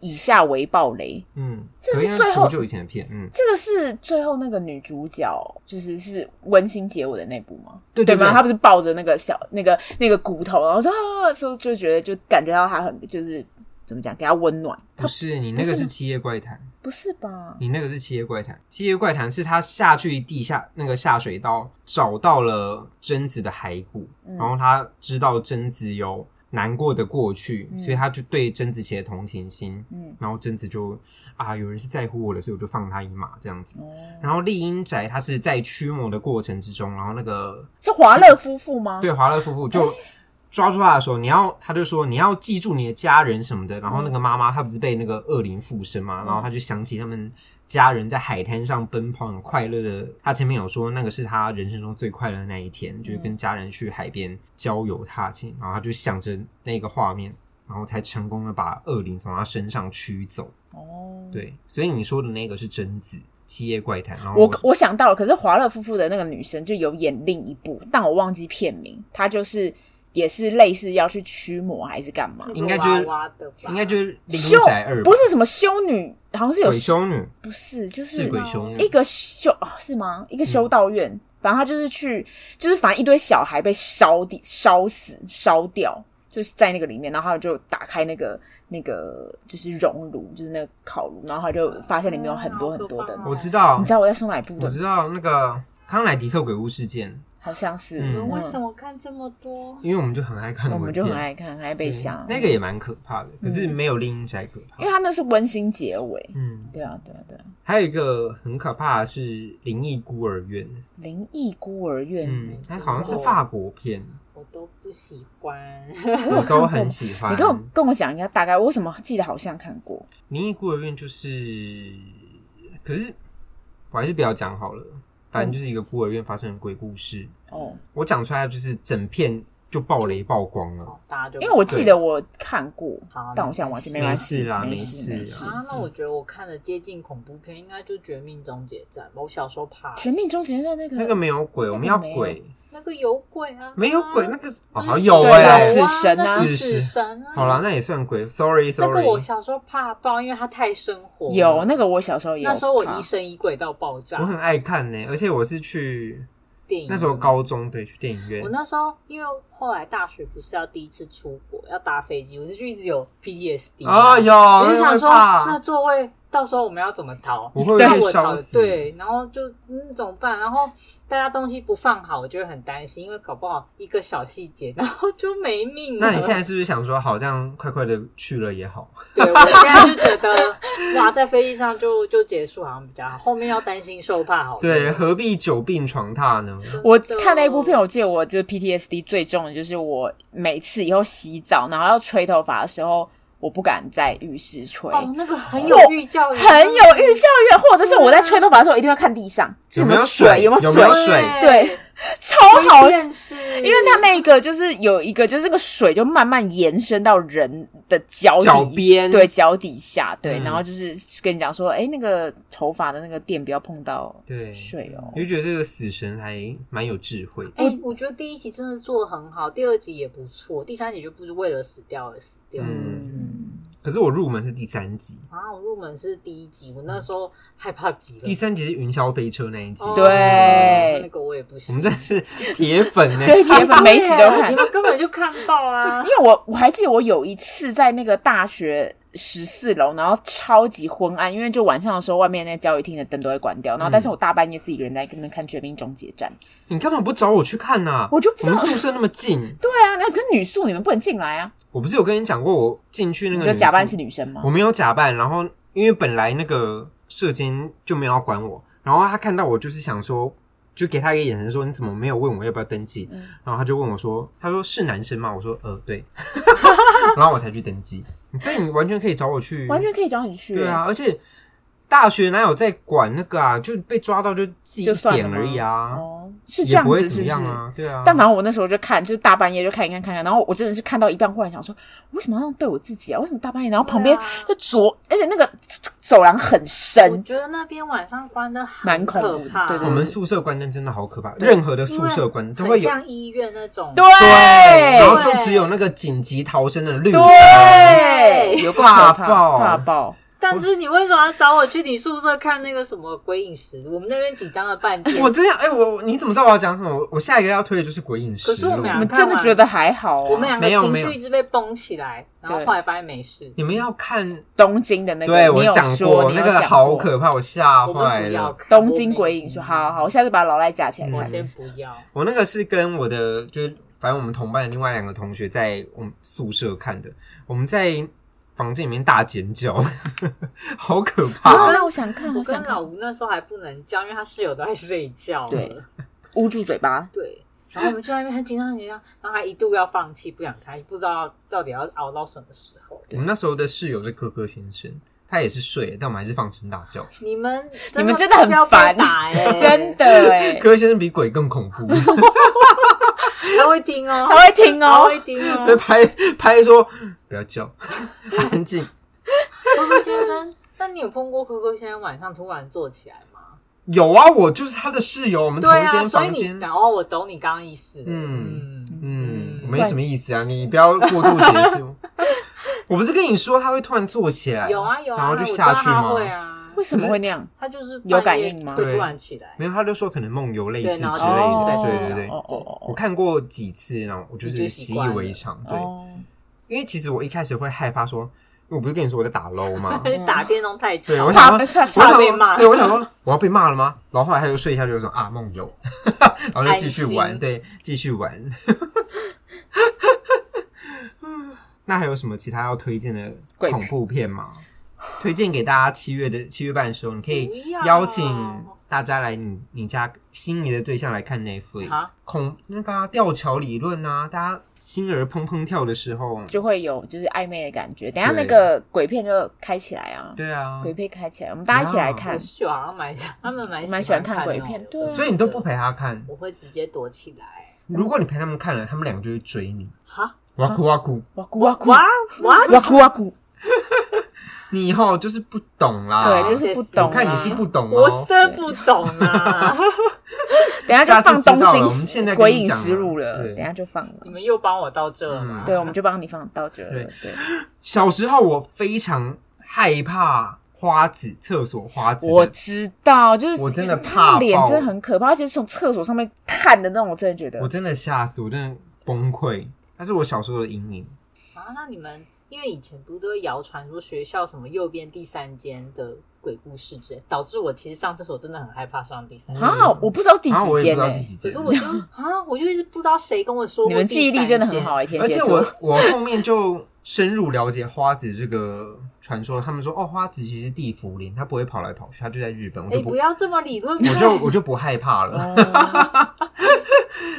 Speaker 2: 以下为暴雷。
Speaker 1: 嗯，
Speaker 2: 这是
Speaker 1: 可应该
Speaker 2: 最后
Speaker 1: 很久以前的片，嗯，
Speaker 2: 这个是最后那个女主角，就是是温馨结尾的那部吗？
Speaker 1: 对
Speaker 2: 对
Speaker 1: 对
Speaker 2: 吗？她不是抱着那个小那个那个骨头，然后说啊，说就觉得就感觉到她很就是怎么讲，给她温暖。
Speaker 1: 不是你那
Speaker 2: 不
Speaker 1: 个
Speaker 2: 是
Speaker 1: 是
Speaker 2: 吗
Speaker 1: 《七夜怪谈》，
Speaker 2: 不是吧？
Speaker 1: 你那个是《七夜怪谈》，《七夜怪谈》是他下去地下那个下水道找到了贞子的骸骨，
Speaker 2: 嗯
Speaker 1: 然后他知道贞子有难过的过去，
Speaker 2: 嗯
Speaker 1: 所以他就对贞子起了同情心。
Speaker 2: 嗯，
Speaker 1: 然后贞子就啊，有人是在乎我的，所以我就放他一马这样子。
Speaker 2: 哦，
Speaker 1: 然后丽英宅他是在驱魔的过程之中，然后那个
Speaker 2: 是华乐夫妇吗？
Speaker 1: 对啊华乐夫妇
Speaker 2: 哎
Speaker 1: 就抓住他的时候，你要他就说你要记住你的家人什么的。然后那个妈妈她不是被那个恶灵附身嘛，然后她就想起他们家人在海滩上奔跑，很快乐的。他前面有说，那个是他人生中最快乐的那一天，就是跟家人去海边郊游踏青，然后他就想着那个画面，然后才成功的把恶灵从他身上驱走。
Speaker 2: 哦，，
Speaker 1: 对，所以你说的那个是贞子《七夜怪谈》，然后
Speaker 2: 我我想到了，可是华乐夫妇的那个女生就有演另一部，但我忘记片名，她就是也是类似要去驱魔还是干嘛？
Speaker 1: 应该就是
Speaker 3: 娃娃的吧，
Speaker 1: 应该就是《灵
Speaker 2: 修
Speaker 1: 宅二》
Speaker 2: 不是什么修女，好像是有
Speaker 1: 鬼修女，
Speaker 2: 不是，就是
Speaker 1: 是鬼修女嗯
Speaker 2: 一，个修啊是吗？一个修道院，反正他就是去，就是反正一堆小孩被烧地烧死烧掉，就是在那个里面，然后他就打开那个那个就是熔炉，就是那个烤炉，然后他就发现里面有很多
Speaker 3: 啊
Speaker 2: 很多的
Speaker 3: 好可，怕
Speaker 1: 我知道
Speaker 2: 你知，道我在说哪一部
Speaker 1: 我
Speaker 2: 的
Speaker 1: 知
Speaker 2: 吗？
Speaker 1: 道那个康乃狄克鬼屋事件，
Speaker 2: 好像是，
Speaker 1: 嗯
Speaker 3: 你们为什
Speaker 2: 么？
Speaker 3: 么看这么多？
Speaker 1: 因为我们就很爱看鬼
Speaker 2: 我
Speaker 1: 片，
Speaker 2: 们就很爱看，很爱被
Speaker 1: 对
Speaker 2: 吓，嗯
Speaker 1: 那个也蛮可怕的，可是没有《灵宅》可怕
Speaker 2: 因为。他那是温馨结尾。
Speaker 1: 嗯，
Speaker 2: 对啊，对啊，对啊，
Speaker 1: 还有一个很可怕的是《灵异孤儿院》，
Speaker 2: 灵异孤儿院，
Speaker 1: 嗯，它好像
Speaker 2: 哦
Speaker 1: 是法国片，
Speaker 3: 我都不喜欢。
Speaker 1: 我都很喜 欢。
Speaker 2: 你跟我跟我讲一下大概，我为什么记得好像看过？
Speaker 1: 灵异孤儿院就是，可是我还是不要讲好了，反正就是一个孤儿院发生的鬼故事。
Speaker 2: 哦，
Speaker 1: 我讲出来就是整片就爆雷曝光了。
Speaker 3: 好， 大家就
Speaker 2: 因为我记得我看过
Speaker 3: 好，
Speaker 2: 但我现在忘记，
Speaker 3: 没
Speaker 2: 关
Speaker 1: 没
Speaker 2: 系，
Speaker 1: 事啦
Speaker 2: 没
Speaker 1: 没
Speaker 2: 没
Speaker 1: 事
Speaker 2: 事。
Speaker 3: 啊，那
Speaker 1: 嗯
Speaker 3: 我觉得我看的接近恐怖片应该就《绝命终结站》吧。我小时候怕
Speaker 2: 全命终结站那个
Speaker 1: 那个没有
Speaker 2: 嗯
Speaker 1: 鬼，
Speaker 2: 那个
Speaker 1: 我们要
Speaker 2: 没有
Speaker 1: 鬼，
Speaker 3: 那个有鬼啊，
Speaker 1: 没有鬼，那
Speaker 3: 啊
Speaker 1: 个是
Speaker 3: 那
Speaker 1: 哦
Speaker 3: 是
Speaker 1: 好像有
Speaker 2: 对
Speaker 1: 哎、
Speaker 2: 有
Speaker 3: 啊
Speaker 2: 死神啊
Speaker 3: 那是
Speaker 1: 死
Speaker 3: 死
Speaker 1: 神
Speaker 3: 神啊。
Speaker 1: 好啦，那也算鬼，sorry
Speaker 3: 那
Speaker 1: sorry。
Speaker 3: 个我小时候怕爆，因为它太生活了。
Speaker 1: 啊
Speaker 2: 有那个我小时候也有
Speaker 3: 那时候我
Speaker 2: 看
Speaker 3: 疑神疑鬼到爆炸
Speaker 1: 我。很爱看呢、而且我是去
Speaker 3: 电影
Speaker 1: 那时候高中对去电影院
Speaker 3: 我，那时候因为后来大学不是要第一次出国，要搭飞机，我就一直有 PTSD 嘛
Speaker 1: 啊有，
Speaker 3: 我就想说
Speaker 1: 我会怕
Speaker 3: 那座位到时候我们要怎么逃？
Speaker 1: 我会
Speaker 2: 对
Speaker 1: 被
Speaker 3: 我
Speaker 1: 烧
Speaker 3: 逃
Speaker 1: 死，
Speaker 3: 对，然后就嗯怎么办？然后大家东西不放好，我就会很担心，因为搞不好一个小细节，然后就没命了。
Speaker 1: 那你现在是不是想说，好像快快的去了也好？
Speaker 3: 对我现在就觉得哇，在飞机上就就结束好像比较好，后面要担心受怕好了。
Speaker 1: 对，何必久病床榻呢？
Speaker 2: 我看那部
Speaker 3: 哦
Speaker 2: 片，我记得我觉得 PTSD 最重的就是我每次以后洗澡，然后要吹头发的时候，我不敢在浴室吹，
Speaker 3: 哦，那个很有
Speaker 2: 嚯
Speaker 3: 寓教于乐，
Speaker 2: 很有寓教于乐，或者是我在吹头发的时候一定要看地上
Speaker 1: 有没
Speaker 2: 有
Speaker 1: 有水
Speaker 2: 水，有没
Speaker 1: 有
Speaker 2: 有
Speaker 1: 没
Speaker 2: 水
Speaker 1: 有，水
Speaker 2: 对，超好
Speaker 3: 好
Speaker 2: 笑。
Speaker 3: 认识，
Speaker 2: 因为它那个就是有一个，就是这个水就慢慢延伸到人的脚底
Speaker 1: 脚边
Speaker 2: 对脚底下，对，
Speaker 1: 嗯
Speaker 2: 然后就是跟你讲说，哎，那个头发的那个垫不要碰到
Speaker 1: 对，
Speaker 2: 水哦
Speaker 1: 你。就觉得这个死神还蛮有智慧。
Speaker 3: 哎、我觉得第一集真的做的很好，第二集也不错，第三集就不是为了死掉而死掉。
Speaker 1: 嗯
Speaker 2: 嗯，
Speaker 1: 可是我入门是第三集，
Speaker 3: 啊，我入门是第一集，我那时候害怕极了。
Speaker 1: 第三集是云霄飞车那一集。
Speaker 3: 哦
Speaker 2: 对
Speaker 3: 那个我也不
Speaker 1: 我
Speaker 3: 行
Speaker 1: 们。真的是铁粉呢、
Speaker 2: 对，铁粉每一集都
Speaker 3: 对
Speaker 2: 看
Speaker 3: 你，们根本就看 爆啊
Speaker 2: 因！为我我还记得我有一次在那个大学十四楼，然后超级昏暗，因为就晚上的时候外面那个教育厅的灯都会关掉，然后
Speaker 1: 嗯
Speaker 2: 但是我大半夜自己一个人在那边看《绝命终结站》，
Speaker 1: 你干嘛不找我去看呐、啊？
Speaker 2: 我就不知
Speaker 1: 我
Speaker 2: 道
Speaker 1: 们。宿舍那么近，
Speaker 2: 对啊，那跟女宿你们不能进来啊！
Speaker 1: 我不是有跟你讲过，我进去那
Speaker 2: 你
Speaker 1: 个
Speaker 2: 就
Speaker 1: 女
Speaker 2: 假扮
Speaker 1: 宿
Speaker 2: 是女生吗
Speaker 1: 我？没有假扮，然后因为本来那个射监就没有要管我，然后他看到我就是想说，就给他一个眼神说你怎么没有问我要不要登记？
Speaker 2: 嗯
Speaker 1: 然后他就问我说，他说是男生吗？我说呃 对，然后我才去登记。所以你完全可以找我去，
Speaker 2: 完全可以找你去。
Speaker 1: 对啊，而且大学哪有在管那个啊？就被抓到就记
Speaker 2: 就
Speaker 1: 一
Speaker 2: 算了
Speaker 1: 点
Speaker 2: 吗
Speaker 1: 而已啊，
Speaker 2: 哦，是这
Speaker 1: 也
Speaker 2: 样
Speaker 1: 不会
Speaker 2: 子
Speaker 1: 怎
Speaker 2: 是
Speaker 1: 么
Speaker 2: 不是
Speaker 1: 样？啊，对啊。
Speaker 2: 但反正我那时候就看，就是大半夜就看一看看看，然后我真的是看到一半，忽然想说，我为什么要这样对我自己啊？为什么大半夜？然后旁边
Speaker 3: 对啊
Speaker 2: 就左，而且那个走廊很
Speaker 3: 我
Speaker 2: 深，
Speaker 3: 觉得那边晚上关的
Speaker 2: 蛮恐怖
Speaker 3: 可
Speaker 2: 的
Speaker 3: 怕，嗯
Speaker 2: 对对
Speaker 1: 我们宿舍关灯真的好可怕，任何的宿舍关灯都
Speaker 3: 很
Speaker 1: 会有。
Speaker 3: 像医院那种。
Speaker 2: 对，
Speaker 1: 然后就
Speaker 3: 对
Speaker 1: 只有那个紧急逃生的绿灯，
Speaker 2: 对，有够可怕
Speaker 1: 大爆
Speaker 2: 大爆。
Speaker 3: 但是你为什么要找我去你宿舍看那个什么《鬼影实录》？我们那边紧张了半天。
Speaker 1: 我真的哎、我你怎么知道我要讲什么？我我下一个要推的就是《鬼影实
Speaker 3: 可是
Speaker 1: 录
Speaker 3: 我们》
Speaker 2: 我
Speaker 3: 俩
Speaker 2: 们真的觉得还好啊。
Speaker 3: 我们两个
Speaker 1: 没有
Speaker 3: 情
Speaker 1: 没有
Speaker 3: 绪一直被绷起来，然后
Speaker 2: 对
Speaker 3: 后来发现没事。
Speaker 1: 你们要看，
Speaker 2: 东京的那个，
Speaker 1: 对
Speaker 2: 你
Speaker 1: 我
Speaker 2: 有
Speaker 1: 讲
Speaker 2: 说
Speaker 1: 过
Speaker 2: 你有
Speaker 1: 那个
Speaker 2: 讲
Speaker 1: 好
Speaker 2: 过
Speaker 1: 可怕，我吓
Speaker 3: 我
Speaker 1: 坏
Speaker 3: 们不要
Speaker 1: 了。
Speaker 3: 看
Speaker 2: 东京鬼影说，好好好，我下次把老赖夹起来
Speaker 1: 嗯
Speaker 3: 我
Speaker 2: 看
Speaker 3: 没。我。先不要。
Speaker 1: 我那个是跟我的，就是反正我们同班的另外两个同学在我们宿舍看的，我们在房间里面大尖叫， 好可
Speaker 2: 啊，
Speaker 1: 怕！
Speaker 2: 那我想看，
Speaker 3: 我
Speaker 2: 我想
Speaker 3: 跟
Speaker 2: 看
Speaker 3: 老。吴那时候还不能叫，因为他室友都在睡觉了。
Speaker 2: 对捂住嘴巴，
Speaker 3: 对然后我们就在那边很紧张很紧张，然后他一度要放弃，不想开，不知道到底要熬到什么时候。
Speaker 1: 我们那时候的室友是柯柯先生，他也是睡了，但我们还是放声大叫。
Speaker 3: 你们
Speaker 2: 你们真的很
Speaker 3: 不要被
Speaker 2: 烦
Speaker 3: 打哎，
Speaker 2: 真的哎，
Speaker 1: 柯先生比鬼更恐怖，
Speaker 3: 他会听哦，
Speaker 2: 他会听
Speaker 3: 他
Speaker 2: 哦，
Speaker 3: 会听 哦
Speaker 1: 在。拍拍说不要叫， 安静。 嗯
Speaker 3: 柯柯先生，那你有碰过柯柯先生晚上突然坐起来吗？
Speaker 1: 有啊，我就是他的室友，我们同
Speaker 3: 对
Speaker 1: 一
Speaker 3: 啊，
Speaker 1: 间
Speaker 3: 所以
Speaker 1: 房
Speaker 3: 你
Speaker 1: 间。
Speaker 3: 哦，我懂你刚刚意思了。
Speaker 1: 嗯
Speaker 3: 嗯
Speaker 1: 嗯，
Speaker 3: 嗯
Speaker 1: 我没什么意思啊，你不要过度解释。 我不是跟你说他会突然坐起来，
Speaker 3: 有啊有啊，
Speaker 1: 然后
Speaker 3: 我
Speaker 1: 就
Speaker 3: 知
Speaker 1: 下
Speaker 3: 道
Speaker 1: 去
Speaker 3: 他
Speaker 1: 吗？
Speaker 3: 会啊，
Speaker 2: 为什么会那样？
Speaker 3: 他就是半
Speaker 2: 有感
Speaker 3: 夜
Speaker 2: 应吗
Speaker 3: 对，
Speaker 1: 对哦
Speaker 3: 突然起来，
Speaker 1: 没有，他就说可能梦游类似
Speaker 3: 对
Speaker 1: 之
Speaker 3: 然
Speaker 1: 类
Speaker 3: 后
Speaker 2: 哦
Speaker 3: 就
Speaker 1: 的
Speaker 3: 在，
Speaker 1: 对
Speaker 3: 睡
Speaker 1: 对
Speaker 3: 觉
Speaker 1: 对。
Speaker 2: 哦哦
Speaker 1: 我
Speaker 2: 哦
Speaker 1: 看过几次，然后我就
Speaker 3: 你就是
Speaker 1: 习
Speaker 3: 习
Speaker 1: 以
Speaker 3: 惯了
Speaker 1: 为常，对，
Speaker 2: 哦，
Speaker 1: 因为其实我一开始会害怕说，因为我不是跟你说我在打 low 吗？
Speaker 3: 他 打电动太
Speaker 1: 对，我
Speaker 3: 吵，
Speaker 1: 想
Speaker 2: 怕
Speaker 1: 说，
Speaker 2: 怕
Speaker 1: 我想
Speaker 3: 怕被
Speaker 1: 说
Speaker 3: 骂
Speaker 1: 对，我 想说我要被骂了吗？然后后来他就睡一下，就说啊梦游， 然后就继续
Speaker 3: 安
Speaker 1: 玩，
Speaker 3: 心
Speaker 1: 对，继续玩。 那还有什么其他要推荐的
Speaker 2: 鬼
Speaker 1: 恐
Speaker 2: 片
Speaker 1: 怖片吗？推荐给大家七月的七月半的时候，你可以
Speaker 3: 不要
Speaker 1: 邀请大家来你你家心仪的对象来看 Netflix、
Speaker 3: 啊
Speaker 1: 恐那个、啊、吊桥理论啊，大家心儿砰砰跳的时候，
Speaker 2: 就会有就是暧昧的感觉。等一下
Speaker 1: 对
Speaker 2: 那个鬼片就开起来啊，
Speaker 1: 对啊，
Speaker 2: 鬼片开起来，我们大家一起来看
Speaker 3: 我。是好像蛮想，他们蛮
Speaker 2: 蛮喜
Speaker 3: 喜欢
Speaker 2: 欢看
Speaker 3: 看
Speaker 2: 鬼
Speaker 3: 那
Speaker 2: 片
Speaker 3: 种
Speaker 2: 对啊
Speaker 1: 所以你都不陪他看，
Speaker 3: 我会直接躲起来。
Speaker 1: 如果你陪他们看了，他们两个就会追你。
Speaker 3: 哈
Speaker 1: 哇酷哇酷，
Speaker 2: 哇咕哇
Speaker 1: 嗯
Speaker 2: 咕
Speaker 3: 哇
Speaker 1: 哦
Speaker 3: 哇！
Speaker 2: 哇啊咕哇咕，
Speaker 1: 你以后就是不懂啦。
Speaker 2: 对，就是不懂啊。
Speaker 1: 我看你是不懂
Speaker 3: 我
Speaker 1: 哦。
Speaker 3: 真不懂啊！
Speaker 2: 等一下就放
Speaker 1: 下次知
Speaker 2: 东
Speaker 1: 道了
Speaker 2: 京
Speaker 1: 我们现在
Speaker 2: 食
Speaker 1: 跟
Speaker 2: 鬼
Speaker 1: 你
Speaker 2: 影
Speaker 1: 讲
Speaker 2: 实录
Speaker 1: 了
Speaker 2: 了，
Speaker 1: 对
Speaker 2: 等一下就放了
Speaker 3: 你。们又帮我到这了吗
Speaker 1: 嗯？
Speaker 2: 对，我们就帮你放到这了。对，
Speaker 1: 小时候我非常害怕花子，厕所花子的。
Speaker 2: 我知道，就是
Speaker 1: 我真的
Speaker 2: 他
Speaker 1: 怕
Speaker 2: 的脸
Speaker 1: 爆
Speaker 2: 真的很可怕，而且是从厕所上面看的那种，我真的觉得
Speaker 1: 我真的吓死，我真的崩溃。那是我小时候的阴影。
Speaker 3: 啊，那你们因为以前不是都会谣传说学校什么右边第三间的鬼故事之类，导致我其实上厕所真的很害怕上第三间。
Speaker 2: 啊，我不知道第
Speaker 1: 然后我
Speaker 2: 几
Speaker 1: 也
Speaker 2: 间
Speaker 1: 不知道第
Speaker 2: 呢。
Speaker 1: 几
Speaker 3: 可
Speaker 1: 间
Speaker 3: 是。我就啊，我就一直不知道谁跟我说过
Speaker 2: 你们记忆力真的很好哎，天
Speaker 1: 而
Speaker 2: 蝎
Speaker 1: 且
Speaker 2: 座
Speaker 1: 我。我后面就深入了解花子这个传说。他们说哦，花子其实是地茯苓，它不会跑来跑去，它就在日本。我
Speaker 3: 哎、
Speaker 1: 就
Speaker 3: 诶
Speaker 1: 不
Speaker 3: 不，要这么理论派，
Speaker 1: 我就我就不害怕了。
Speaker 2: 哦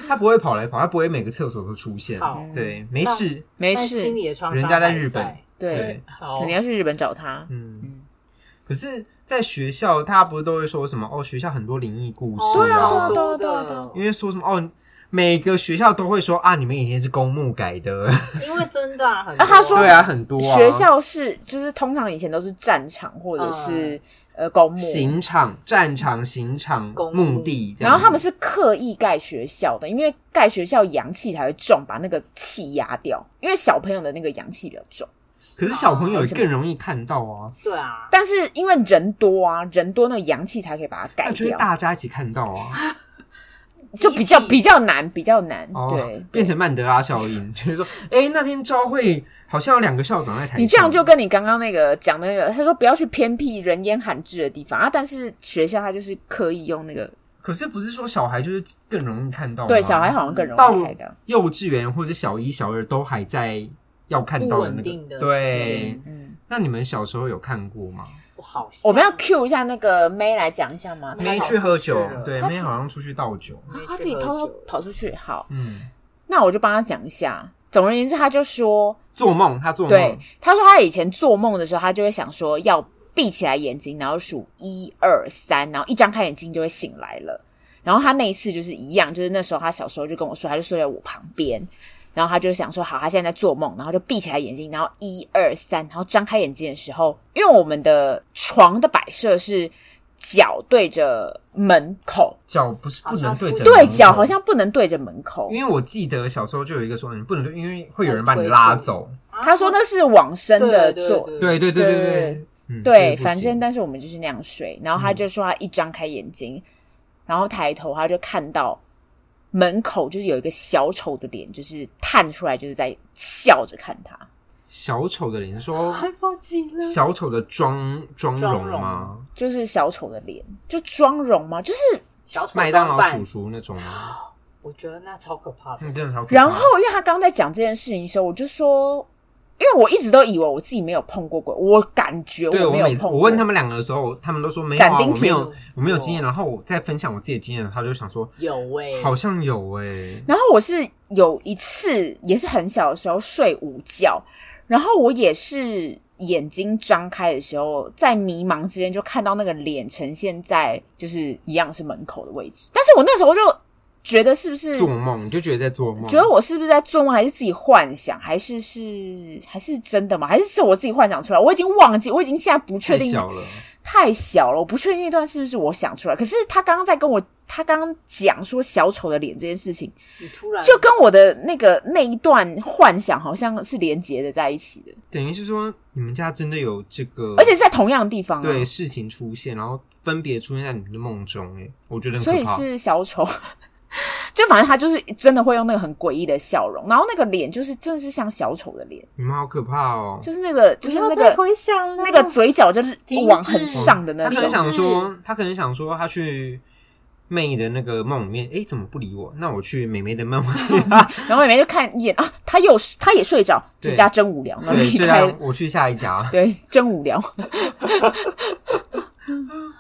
Speaker 1: 他不会跑来跑，他不会每个厕所都出现。
Speaker 3: 好
Speaker 1: 对，
Speaker 2: 嗯
Speaker 1: 没事，
Speaker 2: 哦没
Speaker 3: 但
Speaker 2: 事
Speaker 3: 心，里的创伤
Speaker 1: 人家在
Speaker 3: 还
Speaker 1: 日本，
Speaker 2: 对
Speaker 1: 对，
Speaker 3: 好
Speaker 2: 肯定要去日本找他。
Speaker 1: 嗯。
Speaker 2: 嗯，
Speaker 1: 可是，在学校，大家不是都会说什么？哦，学校很多灵异故
Speaker 3: 哦
Speaker 1: 事
Speaker 2: 对啊
Speaker 1: 啊，
Speaker 2: 对啊
Speaker 3: 超多
Speaker 2: 对啊对啊
Speaker 3: 的
Speaker 1: 因为说什么哦，每个学校都会说啊，你们以前是公墓改的，
Speaker 3: 因为真的啊，很
Speaker 2: 啊他
Speaker 3: 多
Speaker 2: 说
Speaker 1: 对啊，很多啊，
Speaker 2: 学校是就是通常以前都是战场或者是呃公墓，
Speaker 1: 刑场、战场、刑场、
Speaker 3: 公墓
Speaker 1: 墓地，这样
Speaker 2: 然后他们
Speaker 1: 子
Speaker 2: 是刻意盖学校的，因为盖学校阳气才会重，把那个气压掉，因为小朋友的那个阳气比较重。
Speaker 1: 可是小朋
Speaker 2: 为
Speaker 1: 友也
Speaker 2: 啊什么
Speaker 1: 更容易看到啊，
Speaker 3: 对啊，
Speaker 2: 但是因为人多啊，人多那个阳气才可以把它
Speaker 1: 那
Speaker 2: 改
Speaker 1: 就是
Speaker 2: 掉，
Speaker 1: 啊大家一起看到啊，
Speaker 2: 就比较
Speaker 3: 集体
Speaker 2: 比较难，比较难。
Speaker 1: 哦
Speaker 2: 对，，
Speaker 1: 变成曼德拉效应， 就是说，哎，那天朝会好像有两个校长在台上，
Speaker 2: 你这样就跟你刚刚那个讲那个，他说不要去偏僻人烟罕至的地方啊，但是学校他就是刻意用那个，
Speaker 1: 可是不是说小孩就是更容易看到吗？
Speaker 2: 对小孩好像更
Speaker 1: 到
Speaker 2: 容易开的。
Speaker 1: 幼稚园或者小一、小二都还在要看到的那
Speaker 3: 不稳定
Speaker 1: 个。
Speaker 3: 的时
Speaker 1: 对
Speaker 3: 间，
Speaker 2: 嗯，
Speaker 1: 那你们小时候有看过吗？
Speaker 3: 我好像，
Speaker 2: 我们要 Q 一下那个 May 来讲一下吗？
Speaker 3: 没
Speaker 1: 没
Speaker 3: 有
Speaker 1: 去喝酒
Speaker 3: 是，
Speaker 1: 对，
Speaker 2: 他
Speaker 1: 没
Speaker 2: 是
Speaker 1: 好像出去倒酒。
Speaker 3: 没
Speaker 2: 啊
Speaker 3: 去
Speaker 2: 他自己
Speaker 3: 喝
Speaker 2: 偷偷
Speaker 3: 酒
Speaker 2: 跑出去。好，
Speaker 1: 嗯，
Speaker 2: 那我就帮他讲一下。总而言之，他就说，
Speaker 1: 做梦，他做
Speaker 2: 对
Speaker 1: 梦，，
Speaker 2: 他说他以前做梦的时候，他就会想说要闭起来眼睛，然后数一二三，然后一张开眼睛就会醒来了。然后他那一次就是一样，就是那时候他小时候就跟我说，他就睡在我旁边，然后他就想说，好，他现在在做梦，然后就闭起来眼睛，然后一二三，然后张开眼睛的时候，因为我们的床的摆设是脚对着门口，
Speaker 1: 脚不是不能对着
Speaker 3: 好像不
Speaker 2: 对
Speaker 1: 门
Speaker 2: 角
Speaker 1: 口
Speaker 2: 好，像不能对着门口，
Speaker 1: 因为我记得小时候就有一个说你不能对，因为会有人把你拉走。
Speaker 3: 啊
Speaker 2: 他说那是往生的做，
Speaker 1: 对对对
Speaker 2: 对
Speaker 1: 对，嗯
Speaker 2: 对，
Speaker 1: 这个不
Speaker 2: 反
Speaker 1: 行嗯
Speaker 2: 正但是我们就是那样睡。然后他就说他一张开眼睛，然后抬头他就看到门口就是有一个小丑的脸，就是探出来，就是在笑着看他。
Speaker 1: 小丑的脸你说
Speaker 3: 还忘记了
Speaker 1: 小丑的妆妆
Speaker 3: 妆
Speaker 1: 容
Speaker 3: 容
Speaker 1: 吗？
Speaker 2: 就是小丑的脸，就妆容吗？就是，
Speaker 3: 小丑
Speaker 1: 麦当劳
Speaker 3: 装扮
Speaker 1: 叔，叔那种吗？
Speaker 3: 我觉得那超可怕的
Speaker 1: 那。真的好可怕。
Speaker 2: 然后因为他刚刚在讲这件事情的时候，我就说，因为我一直都以为我自己没有碰过鬼，我感觉
Speaker 1: 对
Speaker 2: 没
Speaker 1: 我
Speaker 2: 有
Speaker 1: 每次
Speaker 2: 碰过。
Speaker 1: 我问他们两个的时候，他们都说没有、
Speaker 2: 斩
Speaker 1: 啊，
Speaker 2: 钉
Speaker 1: 我没
Speaker 2: 截
Speaker 1: 有
Speaker 3: 铁
Speaker 1: 我没有经验。然后我再分享我自己的经验，他就想说
Speaker 3: 有欸喂、
Speaker 1: 好像有哎、
Speaker 2: 然后我是有一次也是很小的时候睡午觉，然后我也是眼睛张开的时候，在迷茫之间就看到那个脸呈现在就是一样是门口的位置，但是我那时候就觉得是不是
Speaker 1: 做梦，你就觉得在做梦，
Speaker 2: 嗯觉得我是不是在做梦，还是自己幻想，还是是还是真的吗？还是是我自己幻想出来？我已经忘记，我已经现在不确
Speaker 1: 太
Speaker 2: 定，
Speaker 1: 小了，
Speaker 2: 太小了，我不确定那段是不是我想出来。可是他刚刚在跟我，他刚刚讲说小丑的脸这件事情，
Speaker 3: 你突然
Speaker 2: 就跟我的那个那一段幻想好像是连接的在一起的，
Speaker 1: 等于是说你们家真的有这个，
Speaker 2: 而且是在同样的地方、啊，
Speaker 1: 对，事情出现，然后分别出现在你们的梦中，哎，我觉得很
Speaker 2: 所
Speaker 1: 可
Speaker 2: 以
Speaker 1: 怕。
Speaker 2: 是小丑。 就反正他就是真的会用那个很诡异的笑容，然后那个脸就是真的是像小丑的脸，
Speaker 1: 你们好可怕哦！
Speaker 2: 就是那个就是那个
Speaker 3: 回想了
Speaker 2: 那个嘴角就是往很上的那
Speaker 1: 哦他可能
Speaker 2: 种。
Speaker 1: 想说，他可能想说，他去妹的那个梦里面，诶，怎么不理我？那我去美妹的梦，
Speaker 2: 然后里面就看一眼啊，他又他也睡着，
Speaker 1: 对
Speaker 2: 这家真无聊，然后
Speaker 1: 对，
Speaker 2: 离
Speaker 1: 这
Speaker 2: 开
Speaker 1: 样
Speaker 2: 了。
Speaker 1: 我去下一家。
Speaker 2: 对，真无聊。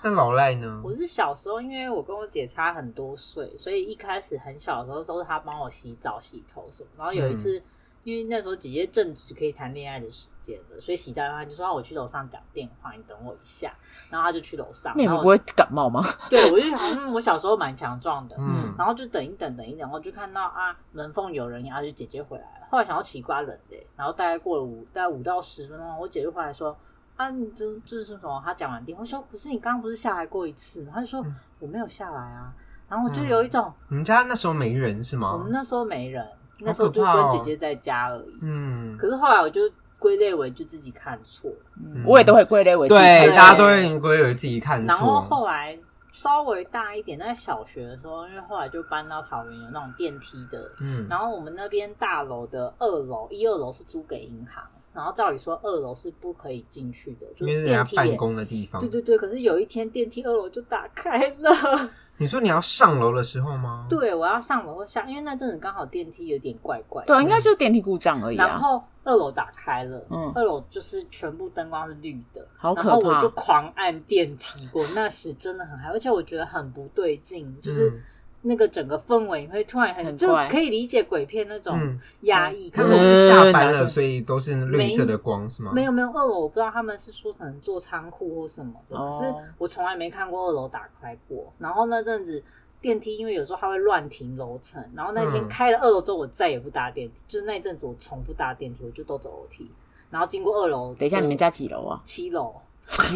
Speaker 1: 那老赖呢？
Speaker 3: 我是小时候，因为我跟我姐差很多岁，所以一开始很小的时候都是她帮我洗澡、洗头什么。然后有一
Speaker 2: 嗯
Speaker 3: 次，因为那时候姐姐正值可以谈恋爱的时间了，所以洗到一半就说啊：“我去楼上讲电话，你等我一下。”然后她就去楼上，
Speaker 2: 那你
Speaker 3: 然
Speaker 2: 们
Speaker 3: 后
Speaker 2: 不会感冒吗？
Speaker 3: 对我就想，嗯，我小时候蛮强壮 的，
Speaker 1: 嗯
Speaker 3: 然后就等一等，等一等，然后就看到啊，门缝有人，然后就姐姐回来了。后来想到奇怪冷嘞、然后大概过了五大概五到十分钟，我姐就回来说啊，你这这是什么？她讲完电话我说，可是你刚刚不是下来过一次吗？她就说、
Speaker 1: 嗯
Speaker 3: 我没有下来啊。然后我就
Speaker 1: 嗯
Speaker 3: 有一种，
Speaker 1: 你们家那时候没人是
Speaker 3: 我
Speaker 1: 吗
Speaker 3: 们？那时候没人，那时候就
Speaker 1: 好可怕
Speaker 3: 跟
Speaker 1: 哦
Speaker 3: 姐姐在家而已。
Speaker 1: 嗯，
Speaker 3: 可是后来我就归类为就自己看错，
Speaker 2: 嗯我也都会归类为自己
Speaker 1: 对，
Speaker 3: 对
Speaker 1: 大家都会归为自己看
Speaker 3: 然后
Speaker 1: 错。
Speaker 3: 后来稍微大一点，在小学的时候，因为后来就搬到桃园有那种电梯的，
Speaker 1: 嗯，
Speaker 3: 然后我们那边大楼的二楼、一二楼是租给银行，然后照理说二楼是不可以进去的，就
Speaker 1: 因为是人
Speaker 3: 是电
Speaker 1: 家
Speaker 3: 梯
Speaker 1: 办
Speaker 3: 也。
Speaker 1: 公的地方
Speaker 3: 对。对对，可是有一天电梯二楼就打开了。
Speaker 1: 你说你要上楼的时候吗？，
Speaker 3: 对，我要上楼或下，因为那阵子刚好电梯有点怪怪的。
Speaker 2: 对啊，应该就是电梯故障而已
Speaker 3: 然
Speaker 2: 啊。
Speaker 3: 后二楼打开了，
Speaker 2: 嗯
Speaker 3: 二楼就是全部灯光是绿的，
Speaker 2: 好可怕
Speaker 3: 然后我就狂按电梯，我那时真的很害怕，而且我觉得很不对劲，就是
Speaker 1: 嗯
Speaker 3: 那个整个氛围会突然很，
Speaker 2: 很
Speaker 3: 就
Speaker 2: 怪
Speaker 3: 可以理解鬼片那种
Speaker 1: 嗯
Speaker 3: 压抑，
Speaker 1: 他
Speaker 3: 可
Speaker 1: 们
Speaker 3: 是
Speaker 1: 是下班
Speaker 3: 嗯
Speaker 1: 了，所以都是绿色的光是吗？
Speaker 3: 没有没有，二楼我不知道他们是说可能做仓库或什么的，
Speaker 2: 哦
Speaker 3: 可是我从来没看过二楼打开过。然后那阵子电梯，因为有时候它会乱停楼层，然后那天
Speaker 1: 嗯
Speaker 3: 开了二楼之后，我再也不搭电梯，就是那一阵子我从不搭电梯，我就都走楼梯。然后经过二楼，
Speaker 2: 等一下，
Speaker 3: 我
Speaker 2: 你们家几楼啊？哎
Speaker 3: 七楼。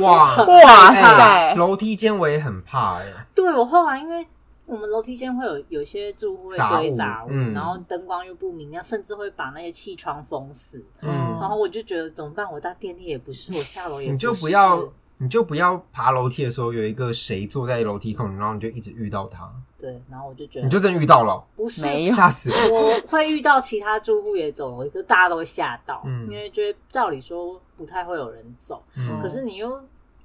Speaker 1: 哇哎
Speaker 3: 很
Speaker 2: 哇
Speaker 3: 害怕
Speaker 2: 塞，
Speaker 1: 楼梯间我也很怕哎。
Speaker 3: 对我后来因为。我们楼梯间会有有些住户会
Speaker 1: 杂
Speaker 3: 堆
Speaker 1: 物
Speaker 3: 杂物，
Speaker 1: 嗯
Speaker 3: 然后灯光又不明亮，甚至会把那些气窗封死。
Speaker 1: 嗯
Speaker 3: 然后我就觉得怎么办？我搭电梯也不是，我下楼也
Speaker 1: 你就
Speaker 3: 不
Speaker 1: 不
Speaker 3: 是
Speaker 1: 要，你就不要爬楼梯的时候有一个谁坐在楼梯口，然后你就一直遇到他，
Speaker 3: 对，然后我就觉得
Speaker 1: 你就真的遇到了，
Speaker 3: 不是
Speaker 2: 没有
Speaker 1: 吓死我！
Speaker 3: 我会遇到其他住户也走楼梯，可是大家都会吓到，
Speaker 1: 嗯
Speaker 3: 因为觉得照理说不太会有人走，
Speaker 1: 嗯
Speaker 3: 可是你又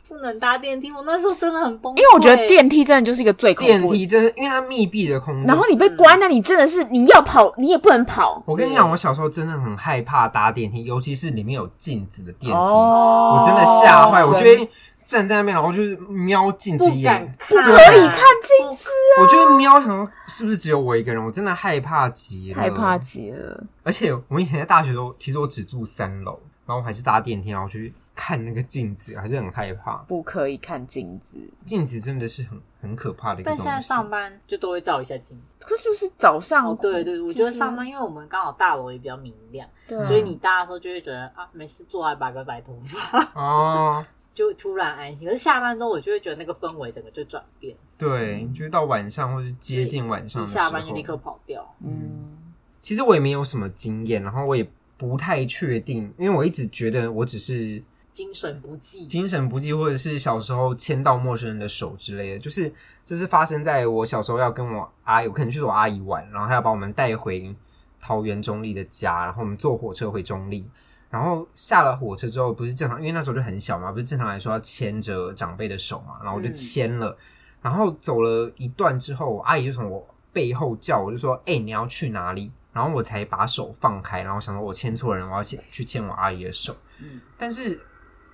Speaker 3: 不能搭电梯，我那时候真的很崩溃，
Speaker 2: 因为我觉得电梯真的就是一个最恐
Speaker 1: 电
Speaker 2: 怖的。
Speaker 1: 梯真的，因为它密闭的空间。
Speaker 2: 然后你被关，那你真的是你要跑你也不能跑。
Speaker 1: 我跟你讲，我小时候真的很害怕搭电梯，尤其是里面有镜子的电梯，
Speaker 2: 哦
Speaker 1: 我真的吓坏。
Speaker 2: 真
Speaker 1: 我就会站在那边，然后就是瞄镜子一
Speaker 3: 不敢
Speaker 1: 眼，
Speaker 3: 看，啊
Speaker 1: 可
Speaker 2: 可以看镜子，
Speaker 1: 我就会瞄，想说是不是只有我一个人？我真的害怕极了，
Speaker 2: 太怕极了。
Speaker 1: 而且我以前在大学的时候，其实我只住三楼，然后我还是搭电梯，然后去看那个镜子，还是很害怕。
Speaker 2: 不可以看镜子，
Speaker 1: 镜子真的是很很可怕的一个
Speaker 3: 但
Speaker 1: 东
Speaker 3: 现
Speaker 1: 西。
Speaker 3: 在上班就都会照一下镜子。
Speaker 2: 可是就是早上
Speaker 3: 哦，对对，我觉得上，班，
Speaker 2: 就
Speaker 3: 因为我们刚好大楼也比较明亮，
Speaker 2: 是对啊
Speaker 3: 所以你搭的时候就会觉得啊，没事坐下来拔个白头发，
Speaker 1: 哦，
Speaker 3: 就突然安心。可是下班之后，我就会觉得那个氛围整个就转变，
Speaker 1: 对，就是到晚上或是接近晚上
Speaker 3: 一
Speaker 1: 的时
Speaker 3: 下班就立刻
Speaker 1: 候，
Speaker 3: 跑掉。
Speaker 2: 嗯，
Speaker 1: 其实我也没有什么经验，然后我也不太确定，因为我一直觉得我只是
Speaker 3: 精神不济，
Speaker 1: 精神不济，或者是小时候牵到陌生人的手之类的，就是这是发生在我小时候要跟我阿姨，我可能去我阿姨玩，然后她要把我们带回桃园中立的家，然后我们坐火车回中立，然后下了火车之后，不是正常，因为那时候就很小嘛，不是正常来说要牵着长辈的手嘛，然后我就
Speaker 3: 嗯
Speaker 1: 牵了，然后走了一段之后，我阿姨就从我背后叫我，就说：“哎、你要去哪里？”然后我才把手放开，然后想说我牵错人，我要去去牵我阿姨的手。
Speaker 3: 嗯
Speaker 1: 但是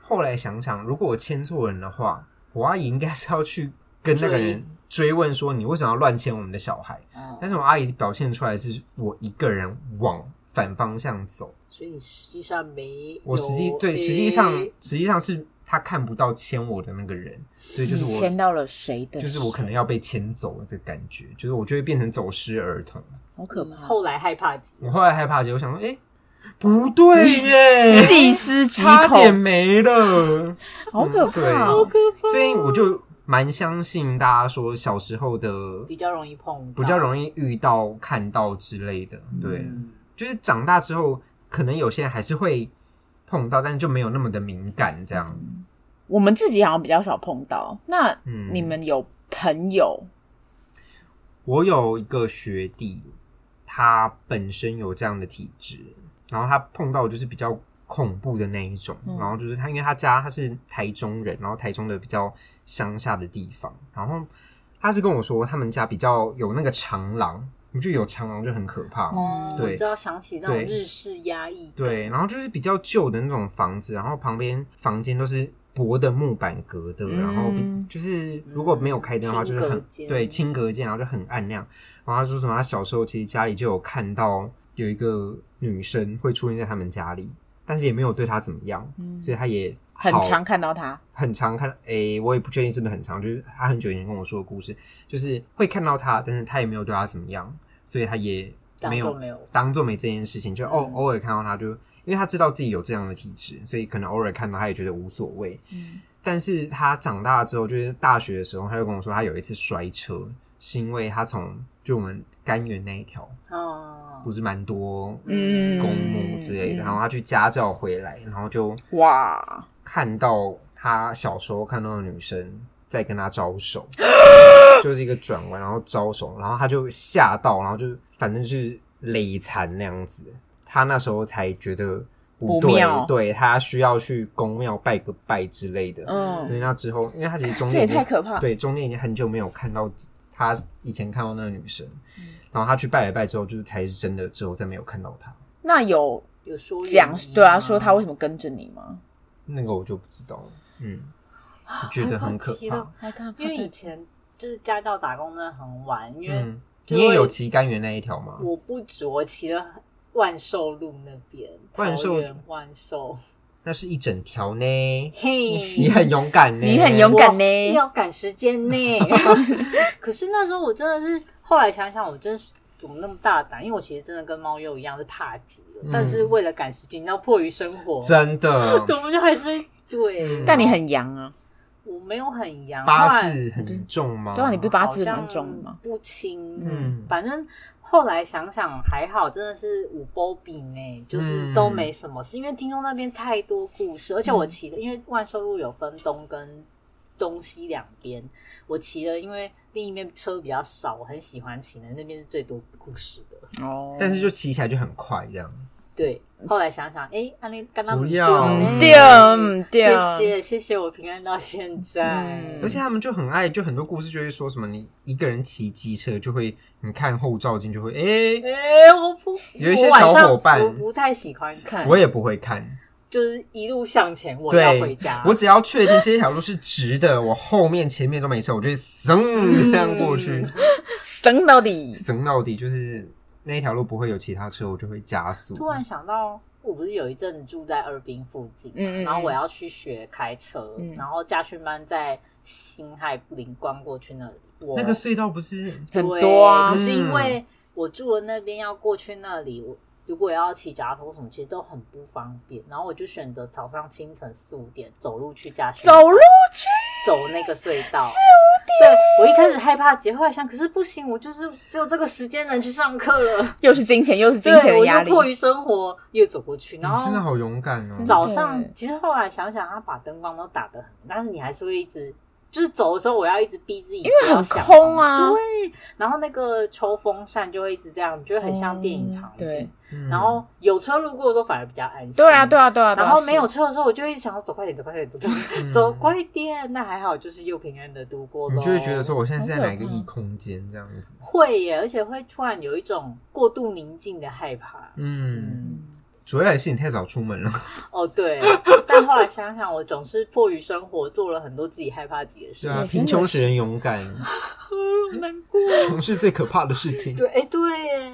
Speaker 1: 后来想想，如果我牵错人的话， 我阿姨应该是要去跟那个人追问说你为什么要乱牵我们的小孩。
Speaker 3: 嗯
Speaker 1: 但是我阿姨表现出来是我一个人往反方向走，
Speaker 3: 所以你实际上没有
Speaker 1: 我实际对，
Speaker 3: 诶
Speaker 1: 实际上实际上是他看不到牵我的那个人，所以就是
Speaker 2: 你牵
Speaker 1: 我，
Speaker 2: 到了谁的手？
Speaker 1: 就是我可能要被牵走了的感觉，就是我就会变成走失儿童。
Speaker 2: 好可怕，
Speaker 3: 后来害怕极
Speaker 1: 我
Speaker 3: 了，
Speaker 1: 后来害怕极了，我想说，哎、不对耶，
Speaker 2: 细思极
Speaker 1: 差
Speaker 2: 恐，
Speaker 1: 点没了，
Speaker 2: 好可怕
Speaker 1: 好
Speaker 2: 哦、
Speaker 3: 可怕
Speaker 1: 嗯所以我就蛮相信大家说小时候的
Speaker 3: 比较容易碰到，
Speaker 1: 比较容易遇到、看到之类的，对。
Speaker 3: 嗯
Speaker 1: 就是长大之后，可能有些人还是会碰到，但是就没有那么的敏感这样。
Speaker 2: 我们自己好像比较少碰到。那
Speaker 1: 嗯
Speaker 2: 你们有朋友？
Speaker 1: 我有一个学弟，他本身有这样的体质，然后他碰到就是比较恐怖的那一种，
Speaker 2: 嗯
Speaker 1: 然后就是他因为他家他是台中人，然后台中的比较乡下的地方，然后他是跟我说他们家比较有那个长廊，你就有长廊就很可怕嘛。
Speaker 3: 哦，
Speaker 1: 对
Speaker 3: 我知道，想起那种
Speaker 1: 对
Speaker 3: 日式压抑，
Speaker 1: 对，，然后就是比较旧的那种房子，然后旁边房间都是薄的木板隔的，
Speaker 2: 嗯
Speaker 1: 然后比就是如果没有开灯的话，
Speaker 3: 嗯
Speaker 1: 就是
Speaker 3: 轻
Speaker 1: 很
Speaker 3: 隔间
Speaker 1: 对轻隔间，然后就很暗亮。然后他说什么，他小时候其实家里就有看到有一个女生会出现在他们家里，但是也没有对他怎么样，
Speaker 2: 嗯
Speaker 1: 所以他也
Speaker 2: 很
Speaker 1: 好
Speaker 2: 常看到他，
Speaker 1: 很常看，诶、我也不确定是不是很常，就是他很久以前跟我说的故事，就是会看到他，但是他也没有对他怎么样，所以他也没
Speaker 3: 当
Speaker 1: 有
Speaker 3: 作没有
Speaker 1: 当做没这件事情，就偶
Speaker 3: 嗯
Speaker 1: 偶尔看到他就，因为他知道自己有这样的体质，所以可能偶尔看到他也觉得无所谓。
Speaker 2: 嗯
Speaker 1: 但是他长大之后，就是大学的时候，他就跟我说，他有一次摔车，是因为他从就我们甘源那一条，
Speaker 3: 哦，
Speaker 1: 不是蛮多
Speaker 2: 嗯，
Speaker 1: 公墓之类的，
Speaker 2: 嗯
Speaker 1: 然后他去家教回来，然后就
Speaker 2: 哇，
Speaker 1: 看到他小时候看到的女生在跟他招 手，就是一个转弯，然后招手，然后他就吓到，然后就反正是累残那样子。他那时候才觉得不
Speaker 2: 不
Speaker 1: 对，
Speaker 2: 妙
Speaker 1: 对他需要去公庙拜个拜之类的。
Speaker 2: 嗯
Speaker 1: 所以那之后，因为他其实中
Speaker 2: 这
Speaker 1: 间
Speaker 2: 也
Speaker 1: 已经
Speaker 2: 太可怕。
Speaker 1: 对中间已经很久没有看到他以前看到那个女生，
Speaker 2: 嗯
Speaker 1: 然后他去拜了拜之后，就是才是真的之后再没有看到他。
Speaker 2: 那有
Speaker 3: 有说
Speaker 2: 讲对啊，说他为
Speaker 3: 会
Speaker 2: 什么跟着你吗？
Speaker 1: 那个我就不知道了，嗯，我觉得很可
Speaker 3: 好奇
Speaker 1: 怕
Speaker 3: 哦。
Speaker 2: 好可怕
Speaker 3: 因为以前就是家教打工真的很晚，因为
Speaker 1: 嗯，
Speaker 3: 就
Speaker 1: 你也
Speaker 3: 会
Speaker 1: 有骑甘源那一条吗？
Speaker 3: 我不止我骑了万寿路那边，
Speaker 1: 万寿
Speaker 3: 桃园万寿，
Speaker 1: 那是一整 条呢，你
Speaker 3: 嘿，
Speaker 1: 很勇敢呢，
Speaker 2: 你很勇
Speaker 3: 我
Speaker 2: 敢呢
Speaker 3: 要赶时间 呢。可是那时候我真的是，后来想想，我真是。怎么那么大胆？因为我其实真的跟猫鼬一样是怕极了，
Speaker 1: 嗯
Speaker 3: 但是为了赶时间，你知道迫于生活，
Speaker 1: 真的
Speaker 3: 对，我们就还是对。
Speaker 1: 嗯
Speaker 2: 但你很阳啊，
Speaker 3: 我没有很阳，
Speaker 1: 八
Speaker 3: 后来
Speaker 1: 字很重吗？
Speaker 2: 对啊，你不是八字
Speaker 3: 好像
Speaker 2: 蛮重的吗？
Speaker 3: 不轻，
Speaker 1: 嗯
Speaker 3: 嗯，反正后来想想还好，真的是五波比呢，就是都没什么事，因为听说那边太多故事，而且我骑的，因为万寿路有分东跟东西两边，我骑的，因为另一边车比较少，我很喜欢骑的，那边是最多故事的。
Speaker 2: 哦，
Speaker 1: 但是就骑起来就很快，这样
Speaker 3: 嗯对，后来想想，哎，安利跟他们
Speaker 1: 不要
Speaker 2: 嗯
Speaker 1: 嗯
Speaker 2: 对啊嗯对啊，
Speaker 3: 谢谢谢谢我平安到现在，
Speaker 2: 嗯
Speaker 1: 而且他们就很爱，就很多故事就会说什么，你一个人骑机车就会，你看后照镜就会，哎，
Speaker 3: 哎、我不，
Speaker 1: 有一些
Speaker 3: 我晚上
Speaker 1: 小伙伴
Speaker 3: 不不太喜欢看，
Speaker 2: 看
Speaker 1: 我也不会看，
Speaker 3: 就是一路向前，我要回
Speaker 1: 对
Speaker 3: 家，。
Speaker 1: 我只要确定这条路是直的，我后面前面都没车，我就会噌这样过 去，
Speaker 2: 神到底，
Speaker 1: 噌到底，就是那一条路不会有其他车，我就会加速。
Speaker 3: 突然想到，我不是有一阵子住在二滨附近嘛，
Speaker 2: 嗯嗯嗯
Speaker 3: 然后我要去学开车，
Speaker 2: 嗯
Speaker 3: 然后家训班在新海灵光过去那里，我
Speaker 1: 那个隧道不是
Speaker 3: 对
Speaker 2: 很多啊
Speaker 3: 可是因为我住的那边要过去那里，我如果要骑脚踏车什么，其实都很不方便，然后我就选择早上清晨四五点走路去家训班，
Speaker 2: 走路去，
Speaker 3: 走那个隧道。对，我一开始害怕，结果后来想，可是不行，我就是只有这个时间能去上课了。
Speaker 2: 又是金钱，又是金
Speaker 3: 对，
Speaker 2: 钱的
Speaker 3: 我
Speaker 2: 压
Speaker 3: 又
Speaker 2: 力，
Speaker 3: 迫于生活又走过去，然
Speaker 1: 你真的
Speaker 3: 后
Speaker 1: 好勇敢哦！
Speaker 3: 早上
Speaker 2: 对
Speaker 3: 其实后来想想，他把灯光都打得很，但是你还是会一直。就是走的时候，我要一直逼自己，因
Speaker 2: 因为很空啊，
Speaker 3: 对，然后那个抽风扇就会一直这样，就会很像电影场景。
Speaker 2: 嗯对
Speaker 1: 嗯
Speaker 3: 然后有车路过的时候反而比较安心。
Speaker 2: 对啊，对啊，对啊，对啊
Speaker 3: 然后没有
Speaker 2: 是
Speaker 3: 车的时候，我就一直想要走快点，走快点，走走
Speaker 1: 嗯
Speaker 3: 走快点。那还好，就是又平安的度过咯。
Speaker 1: 你就会觉得说，我现在是在哪一个
Speaker 2: 哦
Speaker 1: 异空间这样子？
Speaker 3: 会耶，而且会突然有一种过度宁静的害怕。
Speaker 1: 嗯，
Speaker 3: 嗯，
Speaker 1: 主要也是你太早出门了。
Speaker 3: 哦对，但后来想想，我总是迫于生活做了很多自己害怕自己的事
Speaker 1: 对啊，
Speaker 2: 我真的是
Speaker 1: 贫穷使人勇敢，
Speaker 3: 情， 难过。
Speaker 1: 穷是最可怕的事情。
Speaker 3: 对，哎对耶，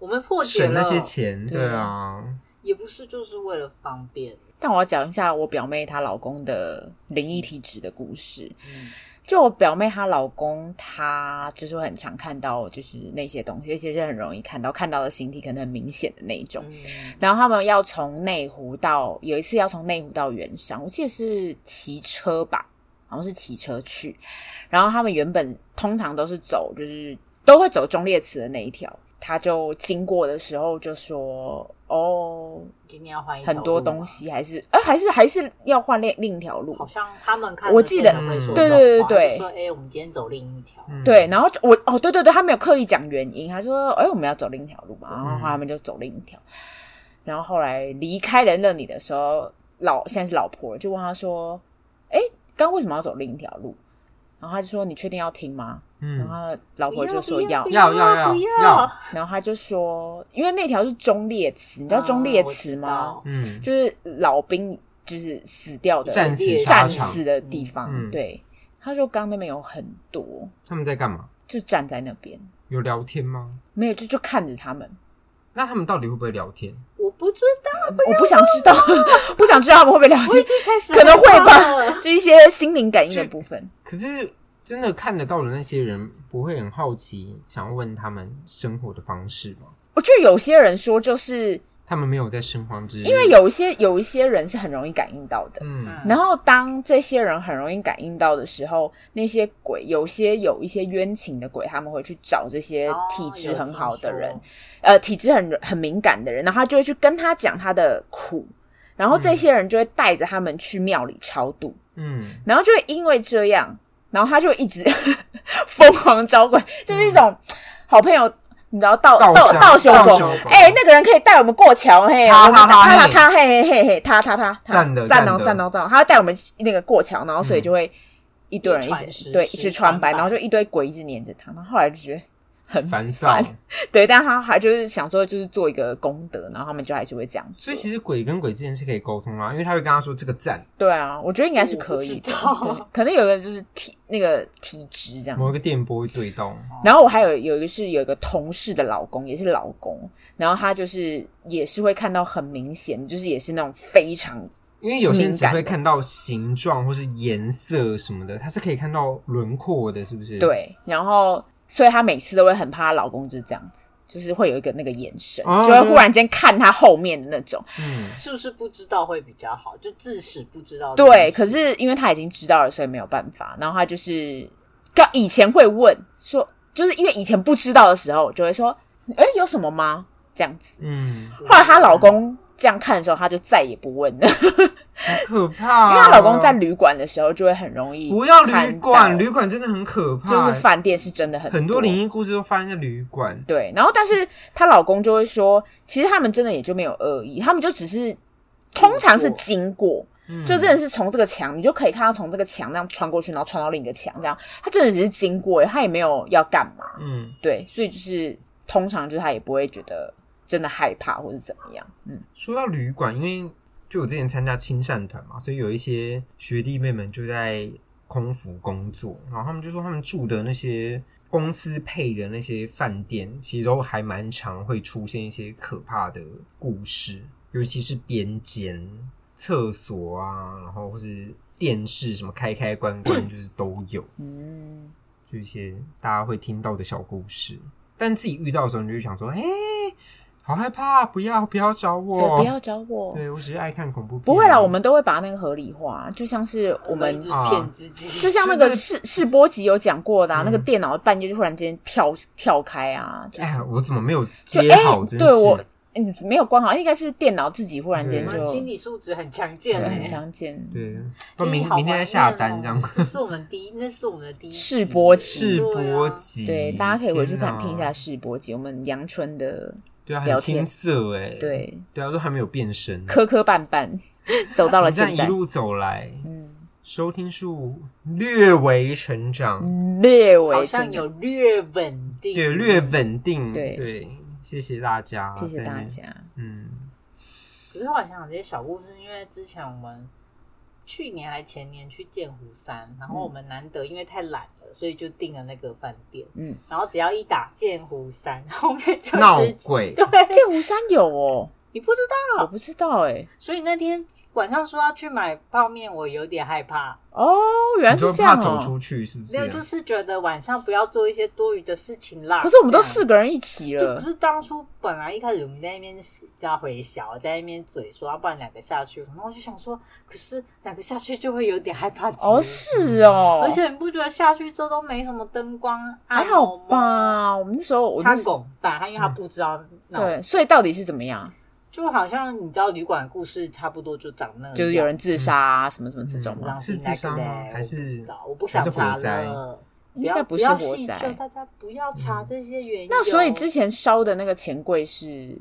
Speaker 3: 我们破解
Speaker 1: 省
Speaker 3: 了
Speaker 1: 那些钱，
Speaker 2: 对
Speaker 1: 对啊，
Speaker 3: 也不是就是为了方便，
Speaker 2: 但我要讲一下我表妹她老公的灵异体质的故事。
Speaker 3: 嗯，
Speaker 2: 就我表妹她老公，他就是会很常看到就是那些东西，而且是很容易看到，看到的形体可能很明显的那一种。
Speaker 3: 嗯
Speaker 2: 然后他们要从内湖到，有一次要从内湖到圆山，我记得是骑车吧，好像是骑车去。然后他们原本通常都是走，就是都会走中烈祠的那一条。他就经过的时候就说：“哦，
Speaker 3: 今天要换一条
Speaker 2: 很多
Speaker 3: 路嘛
Speaker 2: 东，西还是，呃，还是还是要换另另一条路。
Speaker 3: 好像他们看
Speaker 2: 我记得
Speaker 3: 会说
Speaker 1: 嗯
Speaker 2: 对
Speaker 3: 这种
Speaker 2: 对
Speaker 3: 话
Speaker 2: 对对
Speaker 3: 就说哎、我们今天走另一条，
Speaker 1: 嗯
Speaker 2: 对，然后就我哦，对对对，他没有刻意讲原因，他说：“哎、我们要走另一条路嘛。”然
Speaker 1: 嗯
Speaker 2: 后他们就走另一条。然后后来离开了那里的时候，老现在是老婆就问他说：“哎、刚为什么要走另一条路？”然后他就说：“你确定要听吗？”然
Speaker 1: 嗯，
Speaker 2: 后老
Speaker 3: 不
Speaker 2: 婆就说
Speaker 3: 不
Speaker 2: 要
Speaker 3: 不，
Speaker 1: 要要
Speaker 3: 要
Speaker 1: 要
Speaker 3: 不
Speaker 1: 要，
Speaker 2: 然后他就说：“因为那条是忠烈祠，你知道
Speaker 1: 啊
Speaker 2: 忠烈祠吗？
Speaker 3: 啊我知道
Speaker 1: 嗯，
Speaker 2: 就是老兵就是死掉的
Speaker 1: 战死
Speaker 2: 战
Speaker 1: 沙场，
Speaker 2: 死的地方。
Speaker 1: 嗯
Speaker 2: 对，他说刚那边有很多，
Speaker 1: 他们在干嘛？
Speaker 2: 就站在那边，
Speaker 1: 有聊天吗？
Speaker 2: 没有就就看着他们。
Speaker 1: 那他们到底会不会聊天？
Speaker 3: 我不知 道，
Speaker 2: 我不想知道， 不想知道他们会不会聊
Speaker 3: 我已
Speaker 2: 天，
Speaker 3: 经开始
Speaker 2: 可能会
Speaker 3: 害怕
Speaker 2: 吧，
Speaker 3: 了。
Speaker 2: 就一些心灵感应的部分。
Speaker 1: 可是真的看得到的那些人，不会很好奇，想要问他们生活的方式吗？
Speaker 2: 我觉得有些人说，就是
Speaker 1: 他们没有在生活
Speaker 3: 嗯
Speaker 1: 之，
Speaker 2: 因为，有一些有一些人是很容易感应到的。
Speaker 1: 嗯
Speaker 2: 然后，当这些人很容易感应到的时候，那些鬼有些有一些冤情的鬼，他们会去找这些
Speaker 3: 哦
Speaker 2: 体质
Speaker 3: 有
Speaker 2: 很
Speaker 3: 听
Speaker 2: 好的
Speaker 3: 说
Speaker 2: 人，呃体质很很敏感的人，然后他就会去跟他讲他的苦，然后这
Speaker 1: 嗯
Speaker 2: 些人就会带着他们去庙里超度，
Speaker 1: 嗯，
Speaker 2: 然后就会因为这样，然后他就一直 疯狂招鬼，就是一种好朋友，你知道道道
Speaker 1: 道乡
Speaker 2: 道修
Speaker 1: 道
Speaker 2: 狗
Speaker 1: 修，狗
Speaker 2: 哎、那个人可以带我们过桥，嘿，我
Speaker 1: 他
Speaker 2: 们
Speaker 1: 他他
Speaker 2: 他
Speaker 1: 嘿
Speaker 2: 他嘿嘿嘿，他他他他
Speaker 1: 赞的
Speaker 2: 赞
Speaker 1: 赞
Speaker 2: 哦
Speaker 1: 的
Speaker 2: 赞哦赞哦，他要带我们那个过桥，然后所以
Speaker 1: 嗯
Speaker 2: 就会一堆人
Speaker 3: 一传
Speaker 2: 一直
Speaker 3: 十
Speaker 2: 对一
Speaker 3: 十
Speaker 2: 直
Speaker 3: 传
Speaker 2: 穿白，
Speaker 3: 百
Speaker 2: 然后就一堆鬼一直黏着他，然后后来就觉得很
Speaker 1: 烦躁。
Speaker 2: 对，但他还就是想说就是做一个功德，然后他们就还是会这样做，
Speaker 1: 所以其实鬼跟鬼之间是可以沟通啊，因为他会跟他说这个赞，
Speaker 2: 对啊，我觉得应该是可以的，
Speaker 3: 我不知道
Speaker 2: 对，可能有一个就是体那个体质这样
Speaker 1: 某一个电波会对到，
Speaker 2: 然后我还有有一个是有一个同事的老公，也是老公，然后他就是也是会看到很明显，就是也是那种非常
Speaker 1: 因为有些人
Speaker 2: 敏
Speaker 1: 只
Speaker 2: 感
Speaker 1: 会
Speaker 2: 的
Speaker 1: 看到形状或是颜色什么的，他是可以看到轮廓的，是不是？。
Speaker 2: 对，然后所以她每次都会很怕她老公就是这样子，就是会有一个那个眼神，
Speaker 1: 哦
Speaker 2: 就会忽然间看她后面的那种。
Speaker 1: 嗯，
Speaker 3: 是不是不知道会比较好？就自始不知
Speaker 1: 哦
Speaker 3: 道这件事。
Speaker 2: 对，可是因为她已经知道了，所以没有办法。然后她就是刚以前会问说，就是因为以前不知道的时候，就会说，哎，有什么吗？这样子。
Speaker 1: 嗯，
Speaker 3: 啊
Speaker 2: 后来她老公这样看的时候，她就再也不问了。
Speaker 1: 好可怕、啊
Speaker 2: 因为她老公在，旅馆的时候就会很容易
Speaker 1: 哦不要旅
Speaker 2: 看
Speaker 1: 馆，
Speaker 2: 到
Speaker 1: 旅馆真的很可怕，
Speaker 2: 就是饭店是真的很
Speaker 1: 很多灵
Speaker 2: 零
Speaker 1: 异故事都发生在旅馆。
Speaker 2: 对，然后但是她老公就会说，其实他们真的也就没有恶意，他们就只是通常是经过，
Speaker 1: 嗯，
Speaker 2: 就真的是从这个墙，你就可以看到从这个墙那样穿过去，然后穿到另一个墙这样，他真的只是经过，欸他也没有要干嘛，
Speaker 1: 嗯，
Speaker 2: 对，所以就是通常就是他也不会觉得真的害怕或者怎么样，嗯，
Speaker 1: 说到旅馆，因为就我之前参加亲善团嘛，所以有一些学弟妹们就在空服工作，然后他们就说他们住的那些公司配的那些饭店，其实都还蛮常会出现一些可怕的故事，尤其是边间、厕所啊，然后或是电视什么开开关 关，就是都有。
Speaker 2: 嗯，
Speaker 1: 就一些大家会听到的小故事。但自己遇到的时候，你就会想说：“哎、好害怕，不要不要找我，
Speaker 2: 对，不要找我。
Speaker 1: 对我嗯只是爱看恐怖片。”
Speaker 2: 不会啦，我们都会把那个合理化，啊就像是我
Speaker 3: 我们一
Speaker 2: 们
Speaker 3: 直
Speaker 1: 啊
Speaker 3: 骗自己，
Speaker 2: 就像那
Speaker 1: 就
Speaker 2: 个
Speaker 1: 是
Speaker 2: 试试播集有讲过的、啊，
Speaker 1: 嗯
Speaker 2: 那个电脑半夜就忽然间跳跳开啊，就是
Speaker 1: 哎，我怎么没有
Speaker 2: 就
Speaker 1: 接
Speaker 2: 哎
Speaker 1: 好？真是
Speaker 2: 对我嗯没有关好，应该是电脑自己忽然
Speaker 3: 我
Speaker 2: 间
Speaker 1: 对啊
Speaker 2: 就
Speaker 3: 们心理素质很强
Speaker 2: 对
Speaker 3: 健
Speaker 2: 很
Speaker 3: 嘞、欸。
Speaker 2: 常见。
Speaker 1: 对不
Speaker 3: 哎
Speaker 1: 明
Speaker 3: 好
Speaker 1: 明天
Speaker 3: 怀
Speaker 1: 再下
Speaker 3: 念
Speaker 1: 单
Speaker 3: 哦
Speaker 1: 这样。
Speaker 2: 啊
Speaker 3: 这是我 们第一，那是我们的第一
Speaker 2: 试
Speaker 3: 集
Speaker 2: 播
Speaker 3: 耶
Speaker 2: 集
Speaker 1: 世博
Speaker 3: 对啊
Speaker 1: 集，
Speaker 2: 对，大家可以回去
Speaker 1: 天
Speaker 2: 看
Speaker 1: 哪
Speaker 2: 听一下，试播集，我们阳春的
Speaker 1: 对啊，很
Speaker 2: 聊
Speaker 1: 青
Speaker 2: 天
Speaker 1: 涩哎、
Speaker 2: 对
Speaker 1: 对啊，都还没有变身。
Speaker 2: 磕磕绊绊 走到了
Speaker 1: 你这样
Speaker 2: 现
Speaker 1: 一
Speaker 2: 在，
Speaker 1: 路走来，
Speaker 2: 嗯，
Speaker 1: 收听数略微成长，
Speaker 2: 略微
Speaker 3: 好像
Speaker 2: 成
Speaker 3: 有略稳定，
Speaker 1: 对，略。稳定，
Speaker 2: 对
Speaker 1: 谢谢大家，
Speaker 2: 谢谢
Speaker 1: 在
Speaker 2: 大
Speaker 1: 那
Speaker 2: 家，
Speaker 1: 嗯，
Speaker 3: 可是后来想想这些小故事，因为之前我们去年还前年去剑湖山，然
Speaker 2: 嗯
Speaker 3: 后我们难得因为太懒了，所以就订了那个饭店，
Speaker 2: 嗯，
Speaker 3: 然后只要一打剑湖山，后面就
Speaker 1: 闹
Speaker 3: 直接
Speaker 1: 鬼，
Speaker 2: 剑湖山有哦，
Speaker 3: 你不知
Speaker 2: 我
Speaker 3: 道，
Speaker 2: 不知道哎、
Speaker 3: 所以那天晚上说要去买泡面，我有点害怕，
Speaker 2: 哦，原来
Speaker 1: 你就是
Speaker 2: 这
Speaker 1: 怕
Speaker 2: 样
Speaker 1: 走
Speaker 2: 哦、
Speaker 1: 出去是不是啊？
Speaker 3: 没有，就是觉得晚上不要做一些多余的事情啦。
Speaker 2: 可是我们都
Speaker 3: 这样
Speaker 2: 四个人一起
Speaker 3: 对，
Speaker 2: 了
Speaker 3: 可，是当初本来一开始我们在那边叫回小，在那边嘴说，要不然两个下去。然后我就想说，可是两个下去就会有点害怕。
Speaker 2: 哦，是哦，
Speaker 3: 嗯而且你不觉得下去之后都没什么灯光，
Speaker 2: 还
Speaker 3: 暗
Speaker 2: 好
Speaker 3: 蒙蒙？
Speaker 2: 吧。我们那时候我
Speaker 3: 他
Speaker 2: 那时
Speaker 3: 拱大，他因为他不知道，那
Speaker 2: 对，所以到底是怎么样？
Speaker 3: 就好像你知道旅馆故事差不多就长那样，
Speaker 2: 就是有人自杀啊，什么什么这种
Speaker 1: 嗯
Speaker 2: 吗？
Speaker 3: 让
Speaker 1: 是自杀吗还是
Speaker 3: 我不知道我不想
Speaker 1: 还
Speaker 3: 查
Speaker 1: 是火灾
Speaker 3: 了。
Speaker 2: 应该不是
Speaker 3: 要
Speaker 2: 火
Speaker 3: 细
Speaker 2: 灾
Speaker 3: 究大家不要
Speaker 1: 嗯
Speaker 3: 查这些原因。
Speaker 2: 那所以之前烧的那个钱柜是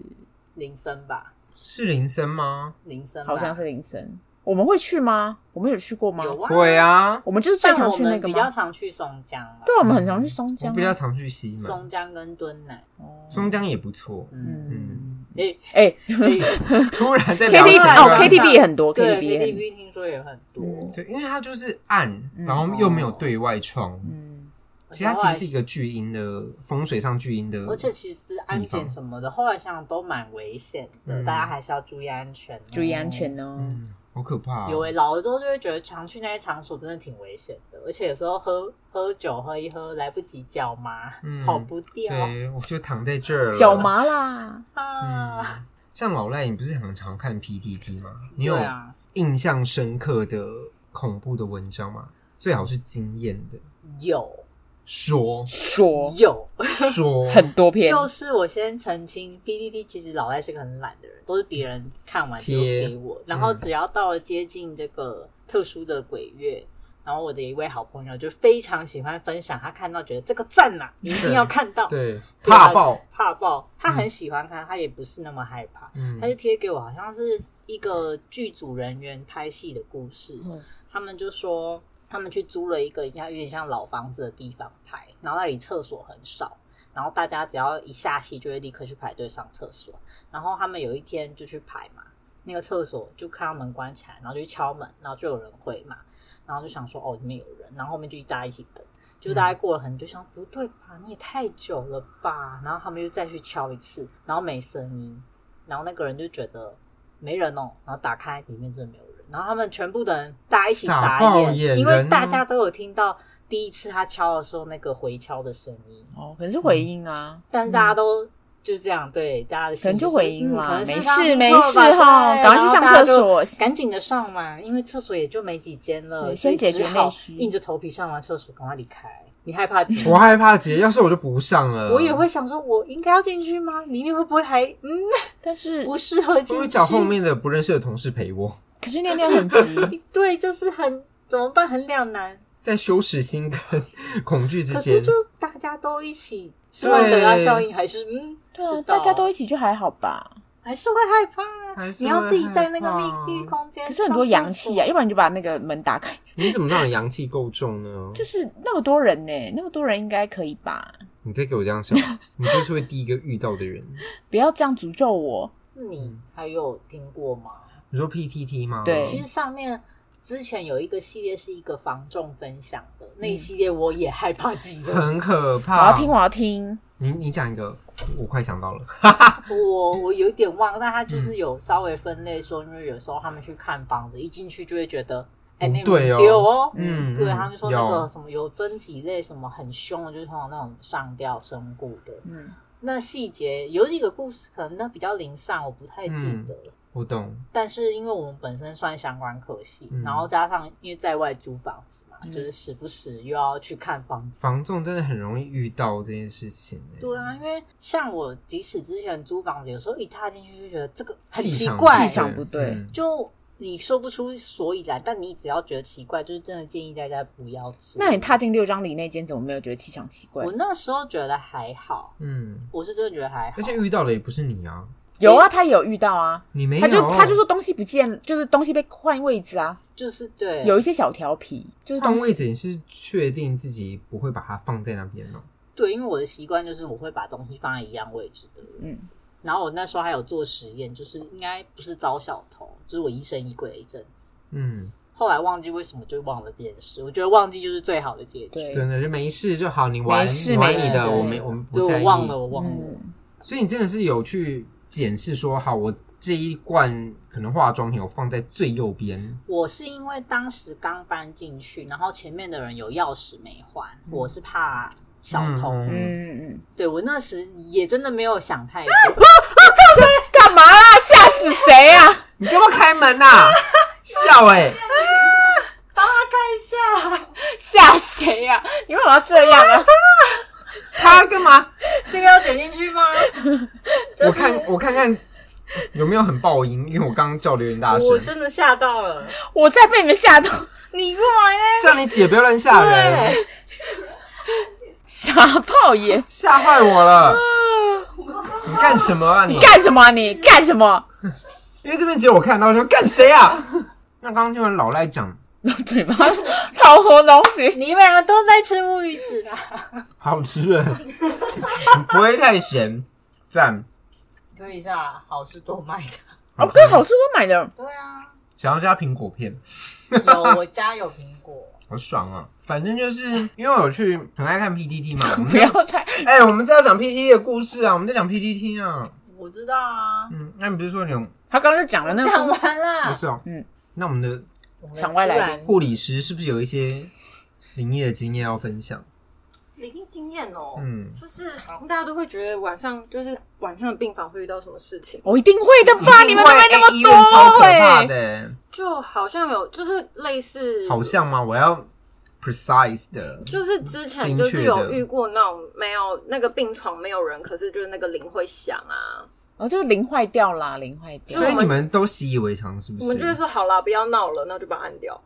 Speaker 3: 铃声吧，
Speaker 1: 是铃声吗？
Speaker 3: 铃声吧
Speaker 2: 好像是林森，我们会去吗？我们有去过吗？
Speaker 3: 有啊，
Speaker 1: 会啊，
Speaker 2: 我们就是最
Speaker 3: 但
Speaker 2: 常
Speaker 3: 我
Speaker 2: 去那
Speaker 3: 们
Speaker 2: 个
Speaker 3: 比较
Speaker 2: 吗？
Speaker 3: 常去松江啦，
Speaker 2: 对，我们很常去松
Speaker 1: 我
Speaker 2: 江
Speaker 1: 比较
Speaker 2: 啊。
Speaker 1: 常去西
Speaker 3: 松
Speaker 1: 门，
Speaker 3: 江跟敦南，
Speaker 2: 哦
Speaker 1: 松江也不错。
Speaker 3: 嗯
Speaker 1: 嗯
Speaker 3: 诶
Speaker 2: 哎
Speaker 3: 诶
Speaker 1: 突然 在聊
Speaker 2: ，KTV
Speaker 1: 起来
Speaker 2: 哦
Speaker 1: 了
Speaker 2: ，KTV 也很多
Speaker 3: 对
Speaker 2: ，KTV 也很多。
Speaker 3: KTV 听说也很多，
Speaker 1: 对，因为它就是暗，
Speaker 2: 嗯
Speaker 1: 然后又没有对外窗，
Speaker 2: 嗯，
Speaker 3: 而
Speaker 1: 其实
Speaker 3: 且
Speaker 1: 它
Speaker 3: 后
Speaker 1: 其
Speaker 3: 来
Speaker 1: 实是一个巨阴的风水上巨阴
Speaker 2: 哦
Speaker 1: 的，
Speaker 3: 而且其实安检什么的，后来想想都蛮危险的，
Speaker 1: 嗯
Speaker 3: 大家还是要注意安全哦，
Speaker 2: 注意安全哦。
Speaker 1: 嗯，好可怕、
Speaker 3: 有诶、欸老了之后就会觉得常去那些场所真的挺危险的，而且有时候喝喝酒喝一喝来不及脚麻，
Speaker 1: 嗯
Speaker 3: 跑不掉
Speaker 1: 对，我就躺在这儿了
Speaker 2: 哦脚。麻啦，
Speaker 3: 啊。
Speaker 1: 嗯，像老赖，你不是很常看 PTT 吗？你有
Speaker 3: 对啊，
Speaker 1: 印象深刻的恐怖的文章吗？最好是惊艳的，
Speaker 3: 有
Speaker 1: 说
Speaker 2: 说
Speaker 3: 有，
Speaker 1: 说
Speaker 2: 很多篇，
Speaker 3: 就是我先澄清，BDD 其实老赖是个很懒的人，都是别人看完就
Speaker 1: 贴嗯
Speaker 3: 给我，然后只要到了接近这个特殊的鬼月。然后我的一位好朋友就非常喜欢分享，他看到觉得这个赞呐、你一定要看到，
Speaker 1: 对，嗯
Speaker 3: 对啊
Speaker 1: 怕爆，
Speaker 3: 怕爆，他很喜欢看，他也不是那么害怕，
Speaker 1: 嗯
Speaker 3: 他，就贴给我，好像是一个剧组人员拍戏的故事，
Speaker 2: 嗯
Speaker 3: 他们就说他们去租了一个像有点像老房子的地方拍，然后那里厕所很少，然后大家只要一下戏就会立刻去排队上厕所，然后他们有一天就去排嘛，那个厕所就看到门关起来，然后就去敲门，然后就有人回嘛，然后就想说哦里面有人，然后后面就一大家一起等。就大概过了很久，想不对吧？你也太久了吧？然后他们又再去敲一次，然后没声音，然后那个人就觉得没人哦，然后打开里面真的没有人，然后他们全部的人大家一起
Speaker 1: 傻
Speaker 3: 傻
Speaker 1: 爆
Speaker 3: 眼，
Speaker 1: 眼
Speaker 3: 因
Speaker 1: 人
Speaker 3: 为
Speaker 1: 啊
Speaker 3: 大家都有听到第一次他敲的时候那个回敲的声音，
Speaker 2: 哦，可能是回音啊，
Speaker 3: 但是大家都。就这样，对大家的心
Speaker 2: 可能就回音
Speaker 3: 啦，可
Speaker 2: 啦，没
Speaker 3: 能是他
Speaker 2: 事
Speaker 3: 听
Speaker 2: 没
Speaker 3: 错
Speaker 2: 事
Speaker 3: 吧
Speaker 2: 哈，
Speaker 3: 对啊
Speaker 2: 赶快去上
Speaker 3: 然后大家
Speaker 2: 厕
Speaker 3: 就
Speaker 2: 所。
Speaker 3: 赶紧的上完，因为厕所也就没几间了，
Speaker 2: 对
Speaker 3: 所以
Speaker 2: 先解
Speaker 3: 只
Speaker 2: 决
Speaker 3: 好
Speaker 2: 内需
Speaker 3: 硬着头皮上完厕所，赶快离开。你害怕进
Speaker 1: 我害怕姐，要是我就不上了，
Speaker 3: 我也会想说，我应该要进去吗？里面会不会还嗯
Speaker 2: 但是
Speaker 3: 不适合进
Speaker 1: 因
Speaker 3: 去？
Speaker 1: 为找后面的不认识的同事陪我，
Speaker 2: 可是 尿尿很急，
Speaker 3: 对，就是很怎么办，很两难。
Speaker 1: 在羞耻心跟 恐惧之
Speaker 3: 可
Speaker 1: 间
Speaker 3: 是，就大家都一起，希望得到效应，还是嗯，
Speaker 2: 对
Speaker 3: 不
Speaker 2: 啊
Speaker 3: 知，道
Speaker 2: 大家都一起就还好吧。
Speaker 3: 还是会害怕啊。
Speaker 1: 还是
Speaker 3: 你
Speaker 1: 会
Speaker 3: 要自己在那个
Speaker 1: 害
Speaker 3: 密
Speaker 1: 怕
Speaker 3: 闭空间，
Speaker 2: 可是很多阳气啊，要，不然你就把那个门打开。
Speaker 1: 你怎么让人阳气够重呢？
Speaker 2: 就是那么多人呢、那么多人应该可以吧？
Speaker 1: 你再给我这样想，你就是会第一个遇到的人。
Speaker 2: 不要这样诅咒我。
Speaker 3: 那你还有听过吗？
Speaker 1: 你说 PTT 吗？
Speaker 2: 对
Speaker 3: 其实上面之前有一个系列是一个防重分享的，那
Speaker 1: 嗯
Speaker 3: 一系列我也害怕极 了。
Speaker 1: 很可
Speaker 2: 我
Speaker 1: 怕。
Speaker 2: 要听，我要听。
Speaker 1: 你你讲一个，我快想到了。
Speaker 3: 我我有一点忘，但他
Speaker 1: 嗯
Speaker 3: 就是有稍微分类说，因为有时候他们去看房子，一进去就会觉得，哎、
Speaker 1: 不
Speaker 3: 那
Speaker 1: 对
Speaker 3: 有
Speaker 1: 哦
Speaker 3: 丢哦，
Speaker 1: 嗯
Speaker 3: 对
Speaker 1: 嗯
Speaker 3: 他们说那
Speaker 1: 有
Speaker 3: 个什么有分几类，什么很凶的，就是通常那种上吊身故的。
Speaker 2: 嗯，
Speaker 3: 那细节有几个故事可能那比较零散，我不太记
Speaker 1: 嗯
Speaker 3: 得了。
Speaker 1: 我懂，
Speaker 3: 但是因为我们本身算相关科系，
Speaker 1: 嗯
Speaker 3: 然后加上因为在外租房子嘛，
Speaker 2: 嗯
Speaker 3: 就是时不时又要去看房子。
Speaker 1: 房仲真的很容易遇到这件事情、欸。
Speaker 3: 对啊，因为像我，即使之前租房子，有时候一踏进去就觉得这个很
Speaker 1: 气
Speaker 3: 奇
Speaker 1: 场
Speaker 3: 怪，
Speaker 2: 气场不对
Speaker 1: 嗯
Speaker 3: 就你说不出所以然，但你只要觉得奇怪，就是真的建议大家不要租。
Speaker 2: 那你踏进六张里那间，怎么没有觉得气场奇怪
Speaker 3: 我？那时候觉得还好，
Speaker 1: 嗯，
Speaker 3: 我是真的觉得还好。
Speaker 1: 而且遇到的也不是你啊，
Speaker 2: 有啊，他也有遇到啊，
Speaker 1: 你没有，
Speaker 2: 他就他就说东西不见，就是东西被换位置啊，
Speaker 3: 就是对，
Speaker 2: 有一些小调皮，就是
Speaker 1: 换
Speaker 2: 东
Speaker 1: 位
Speaker 2: 西
Speaker 1: 置你是确定自己不会把它放在那边哦。
Speaker 3: 对，因为我的习惯就是我会把东西放在一样位置的。
Speaker 2: 嗯，
Speaker 3: 然后我那时候还有做实验，就是应该不是招小偷，就是我疑神疑鬼了一阵。
Speaker 1: 嗯，
Speaker 3: 后来忘记为什么就忘了这件事，我觉得忘记就是最好的结局。
Speaker 2: 对
Speaker 1: 真的就没事就好，你玩
Speaker 2: 没事
Speaker 1: 你玩
Speaker 2: 没
Speaker 1: 你
Speaker 2: 事
Speaker 1: 的，
Speaker 2: 对
Speaker 1: 我没我们
Speaker 3: 对
Speaker 1: 不在
Speaker 3: 我
Speaker 1: 意。嗯
Speaker 3: 忘了，我忘了。
Speaker 2: 嗯，
Speaker 1: 所以你真的是有去检视说，好，我这一罐可能化妆品我放在最右 边，
Speaker 3: 我是因为当时刚搬进去，然后前面的人有钥匙没还，我是怕小偷。
Speaker 1: 嗯
Speaker 2: 嗯嗯，
Speaker 3: 对我那时也真的没有想太多，
Speaker 2: 干嘛啦？吓死谁啊？
Speaker 1: 你干嘛开 门呐、啊？笑哎、
Speaker 2: 吓谁啊？ 你为什么要这样啊？
Speaker 1: 他干嘛？
Speaker 3: 这个要点进去吗？这
Speaker 1: 我
Speaker 3: 是
Speaker 1: 看我看看有没有很爆音，因为我刚刚叫的有点大声
Speaker 3: 我，真的吓到了，
Speaker 2: 我再被你们吓到，
Speaker 3: 你干嘛呢？
Speaker 1: 叫你姐不要乱吓人，
Speaker 3: 对，
Speaker 2: 傻炮眼，
Speaker 1: 吓坏我了。你干什么啊 你？
Speaker 2: 啊干什么啊你？干什么？
Speaker 1: 因为这边只有我看到，我就干谁啊？那刚刚听完老赖讲，
Speaker 2: 嘴巴掏活东 西，
Speaker 3: 你们两个都在吃乌鱼子啦。
Speaker 1: 好 吃哎，不会太咸，赞。
Speaker 3: 推一下，好事多卖的。
Speaker 2: 哦，
Speaker 1: 好吃
Speaker 2: 跟好吃都买的，
Speaker 3: 对啊，
Speaker 1: 想要加苹果片，
Speaker 3: 有我家有苹果，
Speaker 1: 好爽啊！反正就是因为我去很爱看 PTT 嘛，我们
Speaker 2: 不
Speaker 1: 在
Speaker 2: 要再
Speaker 1: 哎、我们是要讲 PTT 的故事啊，我们在讲 PTT 啊。
Speaker 3: 我知道啊，
Speaker 1: 嗯，那你不是说你有
Speaker 2: 他刚刚就讲了那
Speaker 3: 讲
Speaker 2: 个，
Speaker 3: 完啦
Speaker 1: 不。是哦？
Speaker 2: 嗯，
Speaker 1: 那我们的
Speaker 3: 我们
Speaker 2: 场外来宾
Speaker 3: 突然
Speaker 1: 护理师是不是有一些灵异的经验要分享？
Speaker 4: 灵异经验哦，
Speaker 1: 嗯，
Speaker 4: 就是好像大家都会觉得晚上就是晚上的病房会遇到什么事情，
Speaker 2: 我一定会的吧？你们都
Speaker 1: 因为
Speaker 2: 买那
Speaker 1: 哎
Speaker 2: 么
Speaker 1: 医院超可
Speaker 2: 多
Speaker 1: 怕
Speaker 2: 哎
Speaker 1: 的、，欸，
Speaker 4: 就好像有就是类似，
Speaker 1: 好像吗？我要 precise 的，
Speaker 4: 就是之前
Speaker 1: 精
Speaker 4: 就
Speaker 1: 确
Speaker 4: 是
Speaker 1: 的
Speaker 4: 有遇过那种没有那个病床没有人，可是就是那个铃会响啊，
Speaker 2: 哦，就是零坏掉啦，零坏掉
Speaker 1: 所，以你们都习以为常，是不是？
Speaker 4: 我们就会说好啦，不要闹了，那就把它按掉。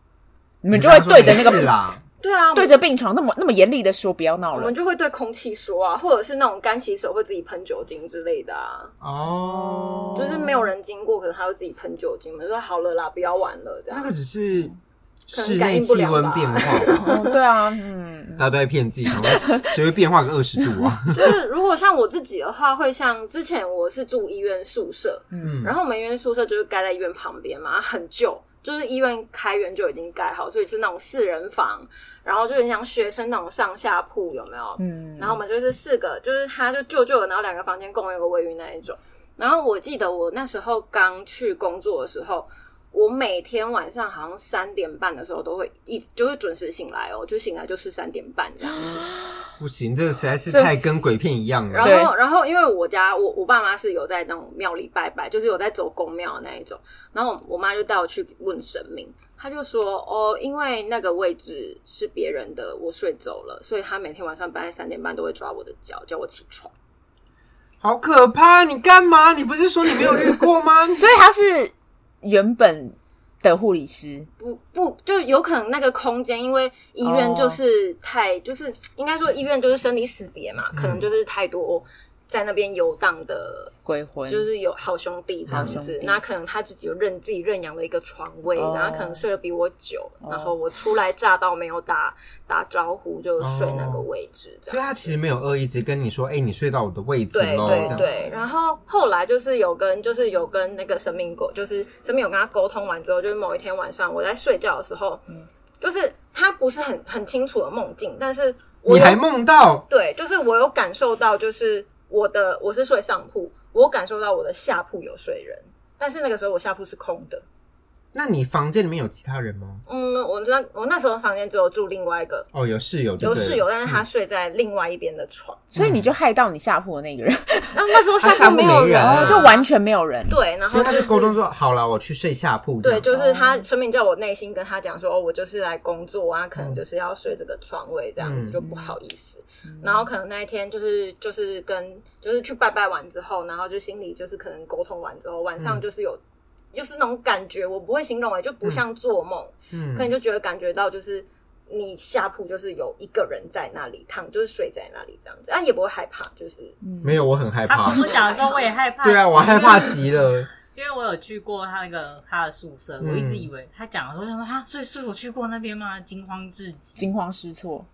Speaker 2: 你们就会对着那
Speaker 1: 是
Speaker 2: 个
Speaker 1: 啦，
Speaker 4: 对啊，
Speaker 2: 对着病床那么那么严厉的说不要闹
Speaker 4: 我
Speaker 2: 了
Speaker 4: 们。就会对空气说啊，或者是那种干洗手会自己喷酒精之类的啊，
Speaker 1: 哦，
Speaker 4: 就是没有人经过，可能他会自己喷酒精，我们就说好了啦，不要玩了这样
Speaker 1: 那。个只是
Speaker 4: 可
Speaker 1: 室
Speaker 4: 能感
Speaker 1: 内
Speaker 4: 应不
Speaker 1: 气
Speaker 4: 良吧
Speaker 1: 温变化，
Speaker 2: 哦，对啊，嗯，
Speaker 1: 大家都在骗自己，想说谁会变化个二十度啊？
Speaker 4: 就是如果像我自己的话，会像之前我是住医院宿舍，
Speaker 1: 嗯，
Speaker 4: 然后我们医院宿舍就是盖在医院旁边嘛，很旧，就是医院开园就已经盖好，所以是那种四人房，然后就很像学生那种上下铺，有没有？
Speaker 2: 嗯，
Speaker 4: 然后我们就是四个，就是他就旧旧的，然后两个房间共用一个卫浴那一种。然后我记得我那时候刚去工作的时候，我每天晚上好像三点半的时候都会一直就会准时醒来哦，就醒来就是三点半这样子。
Speaker 1: 不行，这个实在是
Speaker 2: 这
Speaker 1: 太跟鬼片一样
Speaker 4: 然
Speaker 1: 了。
Speaker 4: 后，然后因为我家我我爸妈是有在那种庙里拜拜，就是有在走公庙的那一种。然后我我妈就带我去问神明，她就说哦，因为那个位置是别人的，我睡走了，所以她每天晚上半夜三点半都会抓我的脚，叫我起床。
Speaker 1: 好可怕！你干嘛？你不是说你没有遇过 吗？
Speaker 2: 所以他是原本的护理师，
Speaker 4: 不不，就有可能那个空间，因为医
Speaker 2: 哦
Speaker 4: 院就是太，就是应该说医院就是生离死别嘛，可能就是太多在那边游荡的
Speaker 2: 鬼魂，
Speaker 4: 就是有好兄弟这样
Speaker 2: 好兄
Speaker 4: 子
Speaker 2: 弟，
Speaker 4: 那可能他自己有认自己认养了一个床位，
Speaker 2: 哦
Speaker 4: 然后可能睡得比我久，
Speaker 2: 哦
Speaker 4: 然后我初来乍到没有打打招呼就睡那个位置，这
Speaker 1: 哦所以
Speaker 4: 样。
Speaker 1: 他其实没有恶意，只是跟你说：“哎、你睡到我的位置
Speaker 4: 对
Speaker 1: 喽。”这
Speaker 4: 对
Speaker 1: 样
Speaker 4: 对，然后后来就是有跟就是有跟那个神明沟，就是神明有跟他沟通完之后，就是某一天晚上我在睡觉的时候，
Speaker 1: 嗯
Speaker 4: 就是他不是很很清楚的梦境，但是我
Speaker 1: 你
Speaker 4: 有
Speaker 1: 还梦到
Speaker 4: 对，就是我有感受到，就是我的我是睡上铺，我有感受到我的下铺有睡人，但是那个时候我下铺是空的。
Speaker 1: 那你房间里面有其他人吗？
Speaker 4: 嗯，我那我那时候房间只有住另外一个
Speaker 1: 哦，有室友，对
Speaker 4: 有
Speaker 1: 不对
Speaker 4: 室友，但是他
Speaker 1: 嗯
Speaker 4: 睡在另外一边的床。
Speaker 2: 所以你就害到你下铺的那个人，
Speaker 4: 然后那时候
Speaker 1: 他下
Speaker 4: 下
Speaker 1: 铺
Speaker 4: 铺
Speaker 1: 没
Speaker 4: 没有
Speaker 1: 人啊
Speaker 4: 人，
Speaker 2: 就完全没有人。
Speaker 4: 对，然
Speaker 1: 所
Speaker 4: 后
Speaker 1: 以他
Speaker 4: 就
Speaker 1: 就是沟通说：“好了，我去睡下铺。”这
Speaker 4: 对，
Speaker 1: 样
Speaker 4: 就是他神明叫我内心跟他讲说，哦，我就是来工作啊，可能就是要睡这个床位这样子，
Speaker 1: 嗯
Speaker 4: 就不好意思。然后可能那一天就是就是跟就是去拜拜完之后，然后就心里就是可能沟通完之后，晚上
Speaker 1: 嗯
Speaker 4: 就是有。就是那种感觉，我不会形容欸诶、就不像做梦，
Speaker 1: 嗯
Speaker 4: 可能就觉得感觉到就是你下铺就是有一个人在那里躺，就是睡在那里这样子，啊也不会害怕，就是
Speaker 1: 没有，我很害怕。
Speaker 3: 我讲的时候我也害怕，
Speaker 1: 对啊，我害怕极了。
Speaker 3: 因为我有去过他那个他的宿舍，
Speaker 1: 嗯
Speaker 3: 我一直以为他讲的时候，我想说啊，所以是我去过那边吗？惊慌至极。
Speaker 2: 惊慌失措，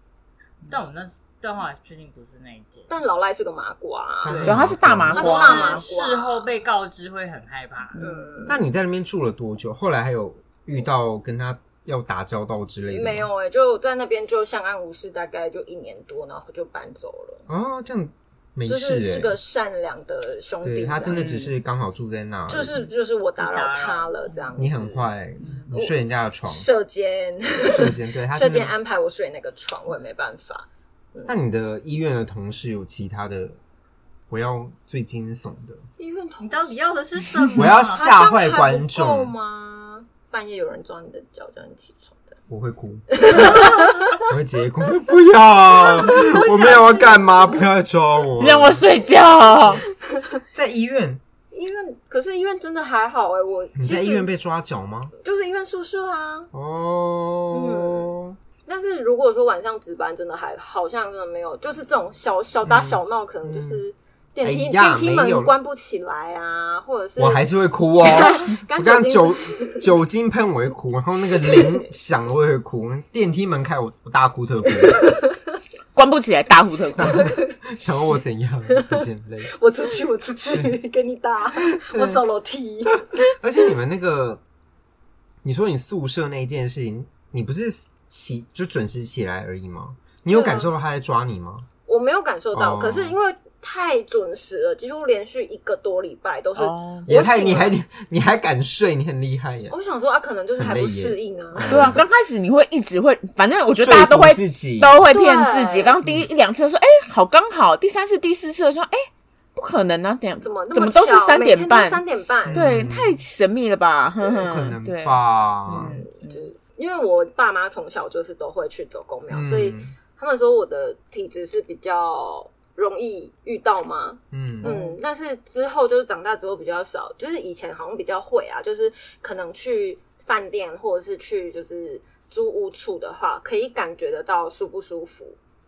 Speaker 3: 但我那但后来确定不是那一间，
Speaker 4: 但老赖是个麻瓜、啊
Speaker 1: 他是
Speaker 2: 对，他是大麻
Speaker 4: 他
Speaker 3: 他
Speaker 4: 是
Speaker 3: 是
Speaker 4: 大
Speaker 2: 瓜，
Speaker 4: 麻瓜
Speaker 3: 事后被告知会很害怕。
Speaker 4: 嗯，
Speaker 1: 那你在那边住了多久？后来还有遇到跟他要打交道之类的？
Speaker 4: 没。欸有哎、就在那边就相安无事，大概就一年多，然后就搬走了。
Speaker 1: 哦，这样没
Speaker 4: 就
Speaker 1: 事、
Speaker 4: 是
Speaker 1: 欸，
Speaker 4: 是个善良的兄弟这
Speaker 1: 对
Speaker 4: 样。
Speaker 1: 他真的只是刚好住在那而已，
Speaker 4: 就是就是我打扰
Speaker 3: 打扰
Speaker 4: 他了这样子。
Speaker 1: 你很坏、你睡人家的 床，
Speaker 4: 射箭，
Speaker 1: 射箭， 对他
Speaker 4: 射
Speaker 1: 真的
Speaker 4: 箭安排我睡那个床，我也没办法。
Speaker 1: 那你的医院的同事有其他的？我要最惊悚的，
Speaker 4: 医院同
Speaker 5: 你到底要的是什么？
Speaker 1: 我要
Speaker 4: 他
Speaker 1: 吓坏观
Speaker 4: 这样还不够
Speaker 1: 众，
Speaker 4: 吗？半夜有人抓你的脚叫你起床的，
Speaker 1: 我 会哭，我会直接哭，不 要，我没有要干嘛，不要抓我，
Speaker 2: 让我睡觉。
Speaker 1: 在医院，
Speaker 4: 医院可是医院真的还好哎、我
Speaker 1: 你
Speaker 4: 其
Speaker 1: 在
Speaker 4: 实
Speaker 1: 医院被抓脚吗？
Speaker 4: 就是医院宿舍啊。嗯
Speaker 1: 哦，
Speaker 4: 但是如果说晚上值班，真的还好像真的没有，就是这种小小打
Speaker 1: 嗯
Speaker 4: 小闹，可能就是电
Speaker 1: 哎
Speaker 4: 梯、
Speaker 1: 呀
Speaker 4: 电梯
Speaker 1: 没有了
Speaker 4: 门关不起来啊，或者是
Speaker 1: 我还是会哭 哦。我
Speaker 4: 干
Speaker 1: 刚刚
Speaker 4: 酒
Speaker 1: 酒酒精喷我会哭，然后那个铃响我也会哭，电梯门开我我大哭 特哭，
Speaker 2: 关不起来，大呼特哭。
Speaker 1: 想要我怎样？有点累。
Speaker 4: 我出去，我出去，
Speaker 1: 嗯
Speaker 4: 跟你 打，我走楼梯。
Speaker 1: 而且你们那个，你说你宿舍那一件事情，你不是起就准时起来而已吗？你有
Speaker 4: 对啊
Speaker 1: 感受到他在抓你吗？
Speaker 4: 我没有感受到，
Speaker 1: 哦
Speaker 4: 可是因为太准时了，几乎连续一个多礼拜都是。
Speaker 2: 哦，
Speaker 1: 也太
Speaker 4: 醒
Speaker 1: 你
Speaker 4: 了
Speaker 1: 还你你还敢睡，你很厉害耶！
Speaker 4: 我想说啊，可能就是还
Speaker 1: 很
Speaker 4: 不
Speaker 1: 累耶
Speaker 4: 适应啊。
Speaker 2: 对啊，刚开始你会一直会，反正我
Speaker 1: 我
Speaker 2: 觉得大家都会
Speaker 1: 自己
Speaker 2: 都会骗自己。
Speaker 4: 对
Speaker 2: 刚刚第一一两次说，哎、好刚好；第三次、第四次的时候，哎、不可能啊，点
Speaker 4: 怎么那
Speaker 2: 怎
Speaker 4: 么
Speaker 2: 么都是
Speaker 4: 巧
Speaker 2: 三
Speaker 4: 每
Speaker 2: 点
Speaker 4: 天都
Speaker 2: 半，
Speaker 4: 三点半，
Speaker 2: 对，
Speaker 1: 嗯
Speaker 2: 太神秘了吧？哼
Speaker 1: 不
Speaker 2: 哼，
Speaker 1: 可能
Speaker 2: 对，
Speaker 1: 吧？
Speaker 4: 就是因为我爸妈从小就是都会去走公庙，
Speaker 1: 嗯
Speaker 4: 所以他们说我的体质是比较容易遇到吗？
Speaker 1: 嗯，
Speaker 4: 嗯，但是之后就是长大之后比较少，就是以前好像比较会啊，就是可能去饭店或者是去就是租屋处的话，可以感觉得到舒不舒服，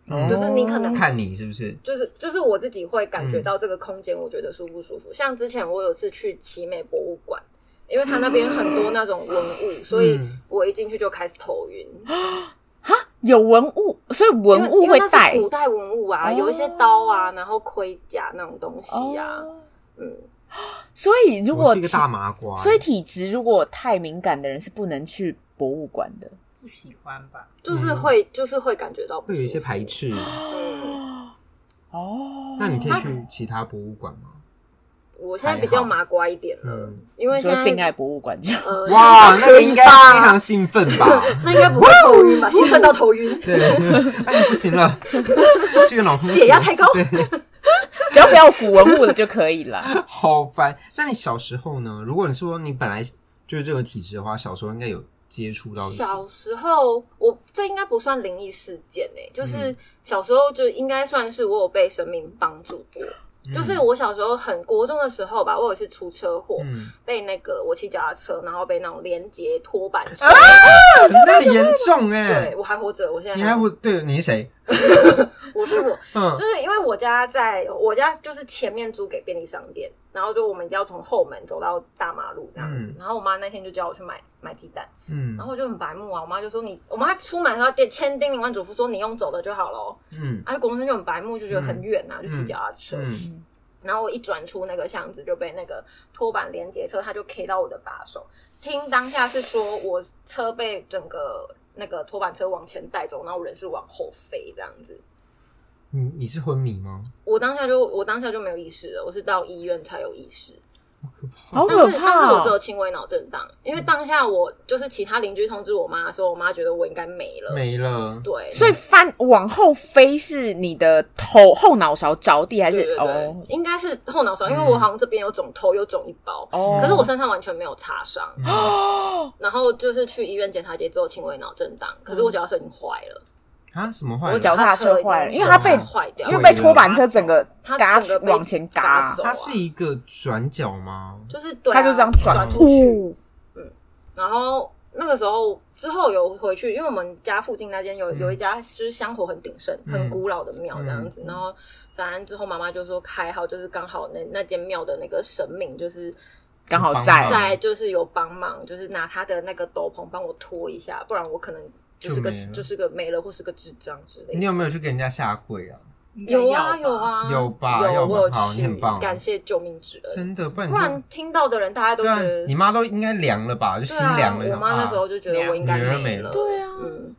Speaker 1: 嗯
Speaker 4: 就是你可能
Speaker 1: 看你是不是？
Speaker 4: 就是就是我自己会感觉到这个空间，我觉得舒不舒服。像之前我有次去奇美博物馆，因为它那边很多那种文物，所以
Speaker 1: 嗯
Speaker 4: 我一进去就开始头晕。
Speaker 2: 哈，有文物，所以
Speaker 4: 因为
Speaker 2: 文物
Speaker 4: 因为
Speaker 2: 会
Speaker 4: 那是
Speaker 2: 带
Speaker 4: 古代文物啊，
Speaker 2: 哦
Speaker 4: 有一些刀啊，然后盔甲那种东西啊，
Speaker 2: 哦
Speaker 4: 嗯，
Speaker 2: 所以如
Speaker 1: 我
Speaker 2: 果
Speaker 1: 是一个
Speaker 2: 体
Speaker 1: 大麻瓜，
Speaker 2: 所以体质如果太敏感的人是不能去博物馆的。
Speaker 3: 不喜欢吧？
Speaker 4: 就是会、就是会感觉到不
Speaker 1: 嗯会有一些
Speaker 4: 舒服
Speaker 1: 排。斥。
Speaker 4: 嗯
Speaker 2: 哦，
Speaker 1: 那你可以去其他博物馆吗？
Speaker 4: 我现在比较麻瓜一点了，
Speaker 1: 嗯
Speaker 4: 因为
Speaker 2: 你说
Speaker 4: 现在
Speaker 2: 性爱博物馆就
Speaker 4: 呃，
Speaker 1: 哇，那个应该
Speaker 4: 吧
Speaker 1: 非常兴奋吧？
Speaker 4: 那应该不会头晕 吧？兴奋到头晕。
Speaker 1: 对，哎，不行了，这个脑充血
Speaker 4: 血压太高
Speaker 1: 对，
Speaker 2: 只要不要古文物的就可以了。
Speaker 1: 好烦。那你小时候呢？如果你说你本来就是这个体质的话，小时候应该有接触到一些，
Speaker 4: 小时候，我这应该不算灵异事件诶、
Speaker 1: 嗯
Speaker 4: 就是小时候就应该算是我有被神明帮助过。
Speaker 1: 嗯
Speaker 4: 就是我小时候很国中的时候吧，我有一次出车祸，
Speaker 1: 嗯，
Speaker 4: 被那个我骑脚踏车，然后被那种连接拖板车。哦
Speaker 1: 嗯那很严重哎
Speaker 4: 对，我还活着，我现在
Speaker 1: 你还会对你是谁？
Speaker 4: 我是我，
Speaker 1: 嗯
Speaker 4: 就是因为我家在我家就是前面租给便利商店，然后就我们要从后门走到大马路这样子。
Speaker 1: 嗯
Speaker 4: 然后我妈那天就叫我去买买鸡蛋，
Speaker 1: 嗯
Speaker 4: 然后我就很白目啊，我妈就说你，我妈出门的时候店千叮咛万嘱咐说你用走的就好了。
Speaker 1: 嗯
Speaker 4: 啊，就国中生就很白目，就觉得很远啊，就骑脚踏车。
Speaker 1: 嗯，
Speaker 4: 然后我一转出那个巷子，就被那个拖板连接车，他就 K 到我的把手。听当下是说我车被整个那个拖板车往前带走，然后我人是往后飞这样子。
Speaker 1: 你你是昏迷吗？
Speaker 4: 我当下就我当下就没有意识了，我是到医院才有意识。
Speaker 2: 好
Speaker 4: 但
Speaker 2: 可
Speaker 4: 是但
Speaker 2: 怕
Speaker 4: 是我只有
Speaker 2: 哦！
Speaker 4: 轻微脑震荡，因为当下我就是其他邻居通知我妈的时候，我妈觉得我应该没了。
Speaker 1: 没了，
Speaker 4: 对，
Speaker 2: 所以翻往后飞是你的头后脑勺着地还是
Speaker 4: 对对对，
Speaker 2: 哦
Speaker 4: 应该是后脑勺，因为
Speaker 1: 嗯
Speaker 4: 我好像这边有肿，头有肿一包，
Speaker 2: 哦？
Speaker 4: 可是我身上完全没有擦伤。
Speaker 1: 嗯
Speaker 4: 然后就是去医院检查结之后轻微脑震荡，可是我脚踏车已经坏了，
Speaker 1: 啊，什么坏
Speaker 2: 我
Speaker 1: 了？
Speaker 2: 嗯脚踏车坏了，因为它被
Speaker 4: 坏掉，
Speaker 2: 因为被拖板车整个
Speaker 4: 它
Speaker 2: 嘎
Speaker 4: 整个被
Speaker 2: 往前嘎
Speaker 4: 走，啊
Speaker 1: 它是一个转角吗？
Speaker 4: 就是对
Speaker 2: 它
Speaker 4: 啊、
Speaker 2: 就这样
Speaker 4: 转
Speaker 2: 转
Speaker 4: 出去。
Speaker 2: 哦
Speaker 4: 然后那个时候之后有回去，因为我们家附近那间有
Speaker 1: 嗯
Speaker 4: 有一家就是香火很鼎盛、
Speaker 1: 嗯
Speaker 4: 很古老的庙这样子。然后反正之后妈妈就说还好，就是刚好那那间庙的那个神明就是
Speaker 2: 刚好
Speaker 1: 嗯
Speaker 2: 在
Speaker 4: 在就是有帮忙，就是拿他的那个斗篷帮我拖一下，不然我可能就是个
Speaker 1: 就没了
Speaker 4: 就是个没了或是个智障之类的。
Speaker 1: 你有没有去给人家下跪啊？
Speaker 3: 应该
Speaker 4: 有啊
Speaker 3: 要吧
Speaker 4: 有，啊
Speaker 1: 有吧
Speaker 4: 有
Speaker 1: 要吧
Speaker 4: 我有
Speaker 1: 好你
Speaker 4: 去，
Speaker 1: 很棒
Speaker 4: 感谢救命之恩。
Speaker 1: 真的，不然
Speaker 4: 不
Speaker 1: 你就
Speaker 4: 然听到的人大家都
Speaker 1: 对
Speaker 4: 觉
Speaker 1: 啊
Speaker 4: 得，，
Speaker 1: 你妈都应该凉了吧？就
Speaker 4: 对
Speaker 1: 心
Speaker 4: 啊
Speaker 1: 凉了。
Speaker 4: 我妈那时候
Speaker 1: 啊
Speaker 4: 就觉得我应该
Speaker 1: 女儿没
Speaker 4: 了，
Speaker 1: 了
Speaker 2: 对啊
Speaker 4: 嗯，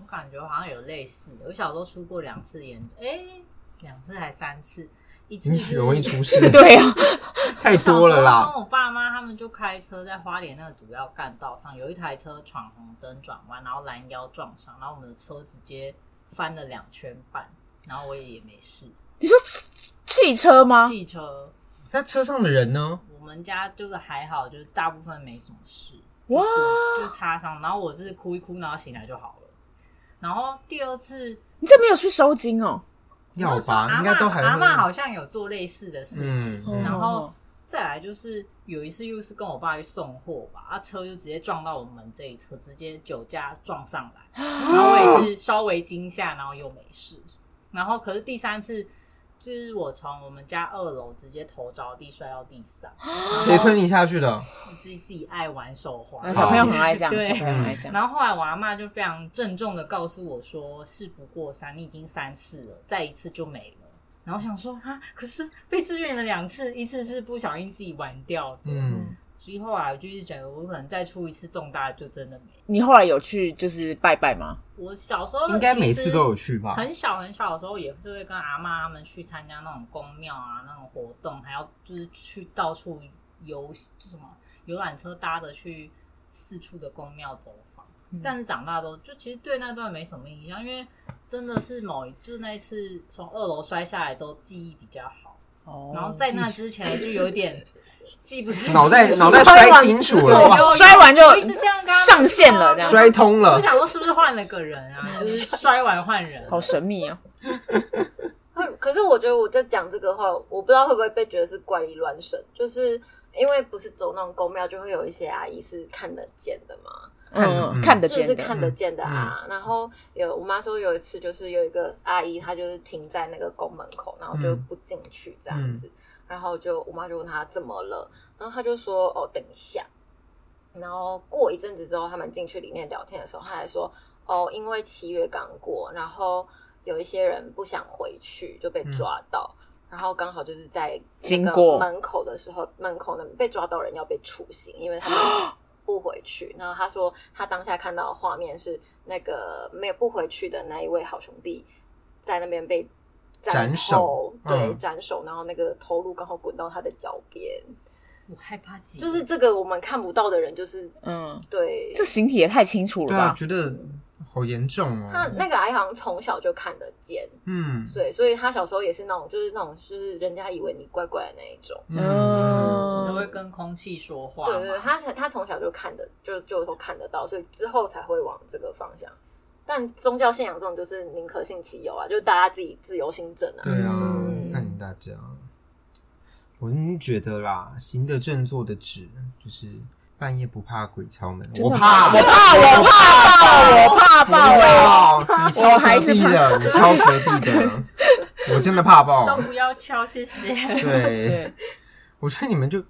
Speaker 3: 我感觉好像有类似的。我小时候出过两次炎症，哎、两次还三次，一次
Speaker 1: 你
Speaker 3: 是
Speaker 1: 容易 出 事，
Speaker 2: 对啊，
Speaker 1: 太多了
Speaker 3: 小时候
Speaker 4: 哦
Speaker 1: 啦。
Speaker 3: 跟我爸妈他们就开车在花莲那个主要干道上，有一台车闯红灯转弯，然后拦腰撞上，然后我们的车直接翻了两圈半，然后我也也没事。
Speaker 2: 你说汽汽车吗？
Speaker 3: 汽车
Speaker 1: 那车上的人呢？
Speaker 3: 我们家就是还好，就是大部分没什么事，
Speaker 2: 哇，
Speaker 3: 就擦伤，然后我是哭一哭，然后醒来就好了。然后第二次
Speaker 2: 你这没有去收金哦？
Speaker 1: 要
Speaker 3: 那时候
Speaker 1: 吧，
Speaker 3: 阿
Speaker 1: 应该
Speaker 3: 嬷
Speaker 1: 都还
Speaker 3: 阿
Speaker 1: 会
Speaker 3: 嬷好像有做类似的事情，
Speaker 1: 嗯嗯
Speaker 3: 然
Speaker 2: 哦
Speaker 3: 后再来就是有一次又是跟我爸去送货吧，啊车就直接撞到我们这一车，直接酒驾撞上 来，然后我也是稍微惊吓，然后又没事。然后可是第三次就是我从我们家二楼直接头着地摔到 地上，
Speaker 4: 嗯
Speaker 1: 谁推你下去的？
Speaker 3: 我自己自己爱玩手滑
Speaker 4: 哦
Speaker 2: 啊，小朋友很爱这样，
Speaker 3: 对
Speaker 2: 小朋友很爱这样。
Speaker 3: 然后后来我阿妈就非常郑重的告诉我说：“事不过三，你已经三次了，再一次就没了。”然后想说啊，可是被支援了两次，一次是不小心自己玩掉的，
Speaker 1: 嗯，
Speaker 3: 所以后来我就是觉得我可能再出一次重大就真的没了。
Speaker 2: 你后来有去就是拜拜吗？
Speaker 3: 我小时候
Speaker 1: 应该
Speaker 3: 其
Speaker 1: 每
Speaker 3: 实
Speaker 1: 次都有去
Speaker 2: 啊
Speaker 1: 吧？
Speaker 3: 很小很小的时候也是会跟阿妈他们去参加那种宫庙啊那种活动，还要就是去到处游就什么游览车搭着去四处的宫庙走访。
Speaker 2: 嗯
Speaker 3: 但是长大之后，就其实对那段没什么印象，因为真的是某一就是那一次从二楼摔下来之后记忆比较好，
Speaker 2: 哦
Speaker 3: 然后在那之前就有点记不清
Speaker 1: 脑袋
Speaker 3: 楚
Speaker 1: 脑袋摔清楚
Speaker 2: 对
Speaker 1: 了，哇
Speaker 3: 就
Speaker 2: 摔完就
Speaker 3: 我一直这样跟他们
Speaker 2: 上线了这样
Speaker 3: 说
Speaker 1: 摔通了
Speaker 3: 我。想说是不是换了个人啊？就是 摔完换人，
Speaker 2: 好神秘哦。
Speaker 4: 可可是我觉得我在讲这个话，我不知道会不会被觉得是怪力乱神，就是因为不是走那种公庙，就会有一些阿姨是看得见的嘛，
Speaker 1: 看
Speaker 2: 嗯，
Speaker 1: 嗯
Speaker 2: 看得
Speaker 4: 就
Speaker 2: 见
Speaker 4: 是
Speaker 2: 的
Speaker 4: 看得见的啊。然后有我妈说有一次就是有一个阿姨，她就是停在那个宫门口，然后就不进去这样子，嗯然后就我妈就问她怎么了，然后她就说哦等一下，然后过一阵子之后，他们进去里面聊天的时候，他还说哦，因为七月刚过，然后有一些人不想回去就被嗯抓到，然后刚好就是在
Speaker 2: 经
Speaker 4: 那个
Speaker 2: 过
Speaker 4: 门口的时候，门口那被抓到人要被处刑，因为他们不回去。然后他说他当下看到的画面是那个没有不回去的那一位好兄弟在那边被
Speaker 1: 斩首
Speaker 4: 头对，
Speaker 1: 嗯
Speaker 4: 斩首，然后那个头颅刚好滚到他的脚边，
Speaker 1: 嗯
Speaker 3: 我害怕极了，
Speaker 4: 就是这个我们看不到的人，就是
Speaker 2: 嗯，
Speaker 4: 对，
Speaker 2: 这形体也太清楚了
Speaker 1: 对啊，
Speaker 2: 吧？
Speaker 1: 觉得好严重
Speaker 4: 他
Speaker 1: 哦。
Speaker 4: 那个阿姨好像从小就看得见，
Speaker 1: 嗯
Speaker 4: 所以所以他小时候也是那种，就是那种，就是人家以为你怪怪的那一种。
Speaker 1: 啊嗯，
Speaker 3: 都会
Speaker 2: 嗯，
Speaker 3: 跟空气说话嘛。
Speaker 4: 对对对，他才他从小就看得，就就都看得到，所以之后才会往这个方向。但宗教信仰这种就是宁可信其有啊，就是大家自己自由心证啊。
Speaker 1: 对啊
Speaker 2: 嗯，
Speaker 1: 看你大家，我真觉得啦，行得正，坐得直，就是半夜不怕鬼敲门，
Speaker 2: 真
Speaker 1: 我
Speaker 2: 的吗
Speaker 1: 怕，
Speaker 2: 我怕，我怕爆，我怕爆哎！
Speaker 1: 我怕，你敲
Speaker 2: 我还
Speaker 1: 隔
Speaker 2: 是
Speaker 1: 壁的，你敲隔壁 的，我真的怕爆。
Speaker 3: 都不要敲，谢谢。
Speaker 1: 对，我觉得你们就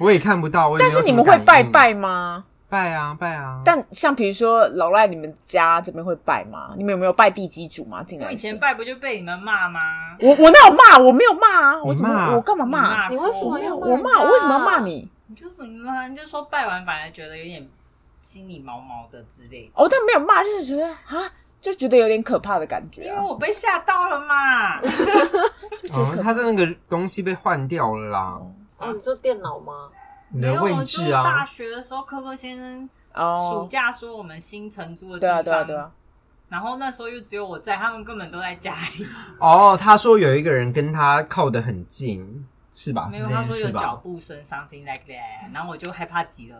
Speaker 1: 我也看不到，我也
Speaker 2: 但
Speaker 1: 没有
Speaker 2: 是你
Speaker 1: 什
Speaker 2: 们
Speaker 1: 么
Speaker 2: 会
Speaker 1: 感
Speaker 2: 拜
Speaker 1: 应
Speaker 2: 拜吗？
Speaker 1: 拜啊拜啊，
Speaker 2: 但像比如说老赖，你们家这边会拜吗？你们有没有拜地基主吗？进来
Speaker 3: 我
Speaker 2: 的
Speaker 3: 以
Speaker 2: 时候
Speaker 3: 前拜不就被你们骂吗？
Speaker 2: 我我那有骂，我没有骂啊，我
Speaker 1: 你
Speaker 2: 怎么
Speaker 1: 骂
Speaker 2: 我干嘛
Speaker 3: 你
Speaker 2: 骂？
Speaker 4: 你为什么
Speaker 3: 过
Speaker 4: 要骂
Speaker 2: 我骂，我为什么要骂你？
Speaker 3: 你就你们就说拜完反而觉得有点心里毛毛的之类的，
Speaker 2: 哦，但没有骂，就是觉得啊，就觉得有点可怕的感觉
Speaker 3: 因为
Speaker 2: 啊，
Speaker 3: 我被吓到了嘛。
Speaker 2: 就觉得
Speaker 1: 嗯，
Speaker 2: 可
Speaker 1: 他的那个东西被换掉了啦，
Speaker 4: 哦，你说电脑吗？
Speaker 1: 你
Speaker 3: 没
Speaker 1: 的
Speaker 3: 有，
Speaker 1: 位
Speaker 3: 我就是
Speaker 1: 置
Speaker 3: 大
Speaker 1: 啊，
Speaker 3: 学的时候，科科先生暑
Speaker 2: 哦，
Speaker 3: 假说我们新承租的地
Speaker 2: 对
Speaker 3: 方，
Speaker 2: 啊，对啊，对啊，
Speaker 3: 然后那时候又只有我在，他们根本都在家里，
Speaker 1: 哦，他说有一个人跟他靠得很近，是吧？
Speaker 3: 没
Speaker 1: 是
Speaker 3: 有
Speaker 1: 啊这
Speaker 3: 他
Speaker 1: 件
Speaker 3: 说有
Speaker 1: 事
Speaker 3: 脚
Speaker 1: 吧？
Speaker 3: 步声，something like that，然后我就害怕极了。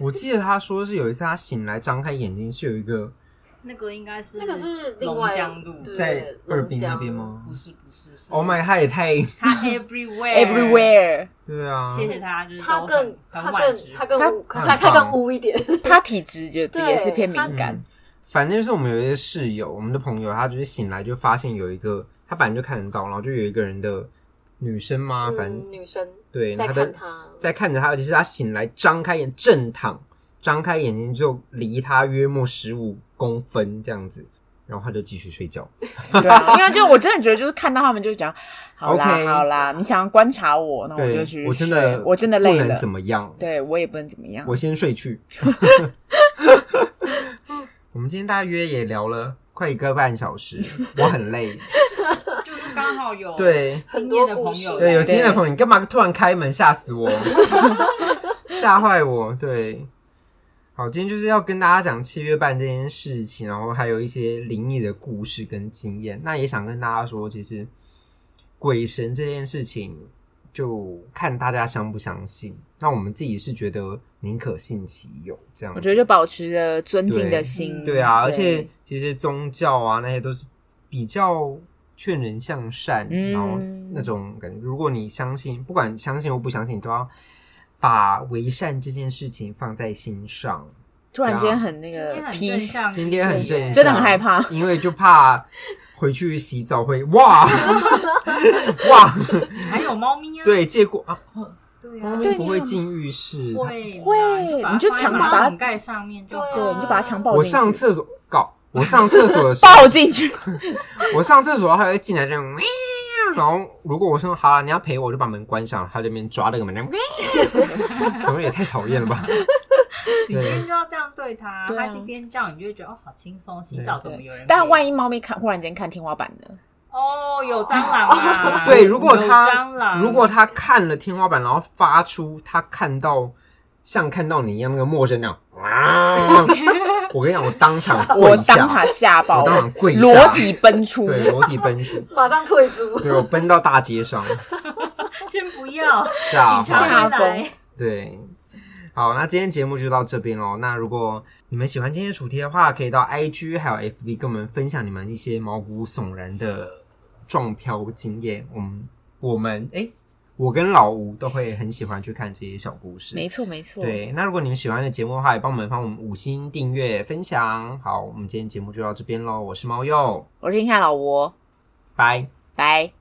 Speaker 1: 我记得他说是有一次他醒来张开眼睛是有一个
Speaker 3: 那个应该是
Speaker 4: 那个是另外
Speaker 3: 龙江路，
Speaker 4: 对
Speaker 1: 在二滨那边吗
Speaker 3: 不是不是是
Speaker 1: ？Oh my，他也太
Speaker 3: 他 everywhere
Speaker 2: everywhere，
Speaker 1: 对啊，
Speaker 3: 谢谢他，就是
Speaker 4: 他
Speaker 3: 都
Speaker 4: 更
Speaker 3: 很
Speaker 4: 他
Speaker 3: 很晚
Speaker 4: 更
Speaker 3: 之
Speaker 4: 他更
Speaker 2: 他
Speaker 4: 污
Speaker 1: 他很
Speaker 4: 他他
Speaker 1: 棒
Speaker 4: 更污一点。
Speaker 2: 他体质就
Speaker 4: 对
Speaker 2: 也是偏敏感
Speaker 1: 嗯，反正就是我们有一些室友，我们的朋友，他就是醒来就发现有一个，他本来就看得到，然后就有一个人的女生嘛，反正
Speaker 4: 嗯，女生
Speaker 1: 对，
Speaker 4: 在
Speaker 1: 他
Speaker 4: 看
Speaker 1: 的
Speaker 4: 他，
Speaker 1: 在看着他，而且是他醒来张开眼正躺，张开眼睛就离他约莫十五公分这样子，然后他就继续睡觉。
Speaker 2: 对啊，因为就我真的觉得就是看到他们就讲，好啦
Speaker 1: OK
Speaker 2: 好啦，你想要观察我，那我就
Speaker 1: 对
Speaker 2: 去，
Speaker 1: 我真
Speaker 2: 睡
Speaker 1: 的
Speaker 2: 我真的
Speaker 1: 不
Speaker 2: 累
Speaker 1: 能
Speaker 2: 了，
Speaker 1: 怎么样，
Speaker 2: 对我也不能怎么样，
Speaker 1: 我先睡去。 我们今天大约也聊了快一个半小时，我很累。
Speaker 3: 就是
Speaker 5: 刚好有
Speaker 1: 对
Speaker 5: 经验的朋友，
Speaker 1: 对，有经验的
Speaker 2: 对
Speaker 1: 朋友，你干嘛突然开门吓死我，吓坏我？对，好，今天就是要跟大家讲七月半这件事情，然后还有一些灵异的故事跟经验。那也想跟大家说，其实鬼神这件事情，就看大家相不相信。那我们自己是觉得宁可信其有这样子，
Speaker 2: 我觉得就保持着尊敬
Speaker 1: 对
Speaker 2: 的心，
Speaker 1: 对啊，而且其实宗教啊那些都是比较劝人向善，
Speaker 2: 嗯
Speaker 1: 然后那种感觉，如果你相信，不管相信或不相信，你都要把为善这件事情放在心上。
Speaker 2: 突然
Speaker 1: 啊
Speaker 2: 间很那个
Speaker 5: 今天很正向，
Speaker 1: 今天很正向，
Speaker 2: 真的很害怕
Speaker 1: 因为就怕回去洗澡会 哇哇，
Speaker 5: 还有猫咪啊，
Speaker 1: 对，结果啊，
Speaker 5: 对
Speaker 1: 猫
Speaker 5: 啊，
Speaker 1: 咪
Speaker 2: 对
Speaker 1: 不会进浴室。
Speaker 5: 会
Speaker 2: 会
Speaker 5: 啦
Speaker 2: 你就抢把
Speaker 5: 它
Speaker 2: 它
Speaker 5: 盖上面就好，
Speaker 4: 对
Speaker 2: 对，你就把它强暴
Speaker 1: 哦我
Speaker 2: 进去，
Speaker 1: 上厕所搞，我上厕所的 时候，
Speaker 2: 抱进去，
Speaker 1: 我上厕所，它会进来这样，喵然后如果我说好了，你要陪我，我就把门关上，它这边抓那个门，这 样，可能也太讨厌了吧？
Speaker 5: 你今天就要这样对它，
Speaker 2: 对
Speaker 5: 它
Speaker 2: 啊
Speaker 5: 一边叫你就会觉得哦好轻松，洗澡怎么有人陪？
Speaker 2: 但万一猫咪看忽然间看天花板呢？
Speaker 5: 哦有蟑螂啊，
Speaker 1: 对，如果
Speaker 5: 有蟑
Speaker 1: 它
Speaker 5: 螂，
Speaker 1: 如果它看了天花板，然后发出它看到像看到你一样那个陌生那样，哇我跟你讲，我当场
Speaker 2: 我
Speaker 1: 跪下，
Speaker 2: 当场吓爆，
Speaker 1: 我当场跪下
Speaker 2: 裸体奔出，
Speaker 1: 对裸体奔出，
Speaker 4: 马上退租。
Speaker 1: 对我奔到大街上，
Speaker 5: 先不要，
Speaker 1: 吓
Speaker 5: 警察
Speaker 1: 坏。
Speaker 2: 吓
Speaker 5: 会
Speaker 2: 疯
Speaker 5: 来。
Speaker 1: 对，好，那今天节目就到这边喽。那如果你们喜欢今天的主题的话，可以到 IG 还有 FB 跟我们分享你们一些毛骨悚然的撞飘经验。我们我们哎、我跟老吴都会很喜欢去看这些小故事。
Speaker 2: 没错没错，
Speaker 1: 对，那如果你们喜欢的节目的话，也帮我们帮我们五星订阅、分享。好，我们今天节目就到这边喽。我是猫鼬，
Speaker 2: 我是天下老吴，
Speaker 1: 拜。
Speaker 2: 拜。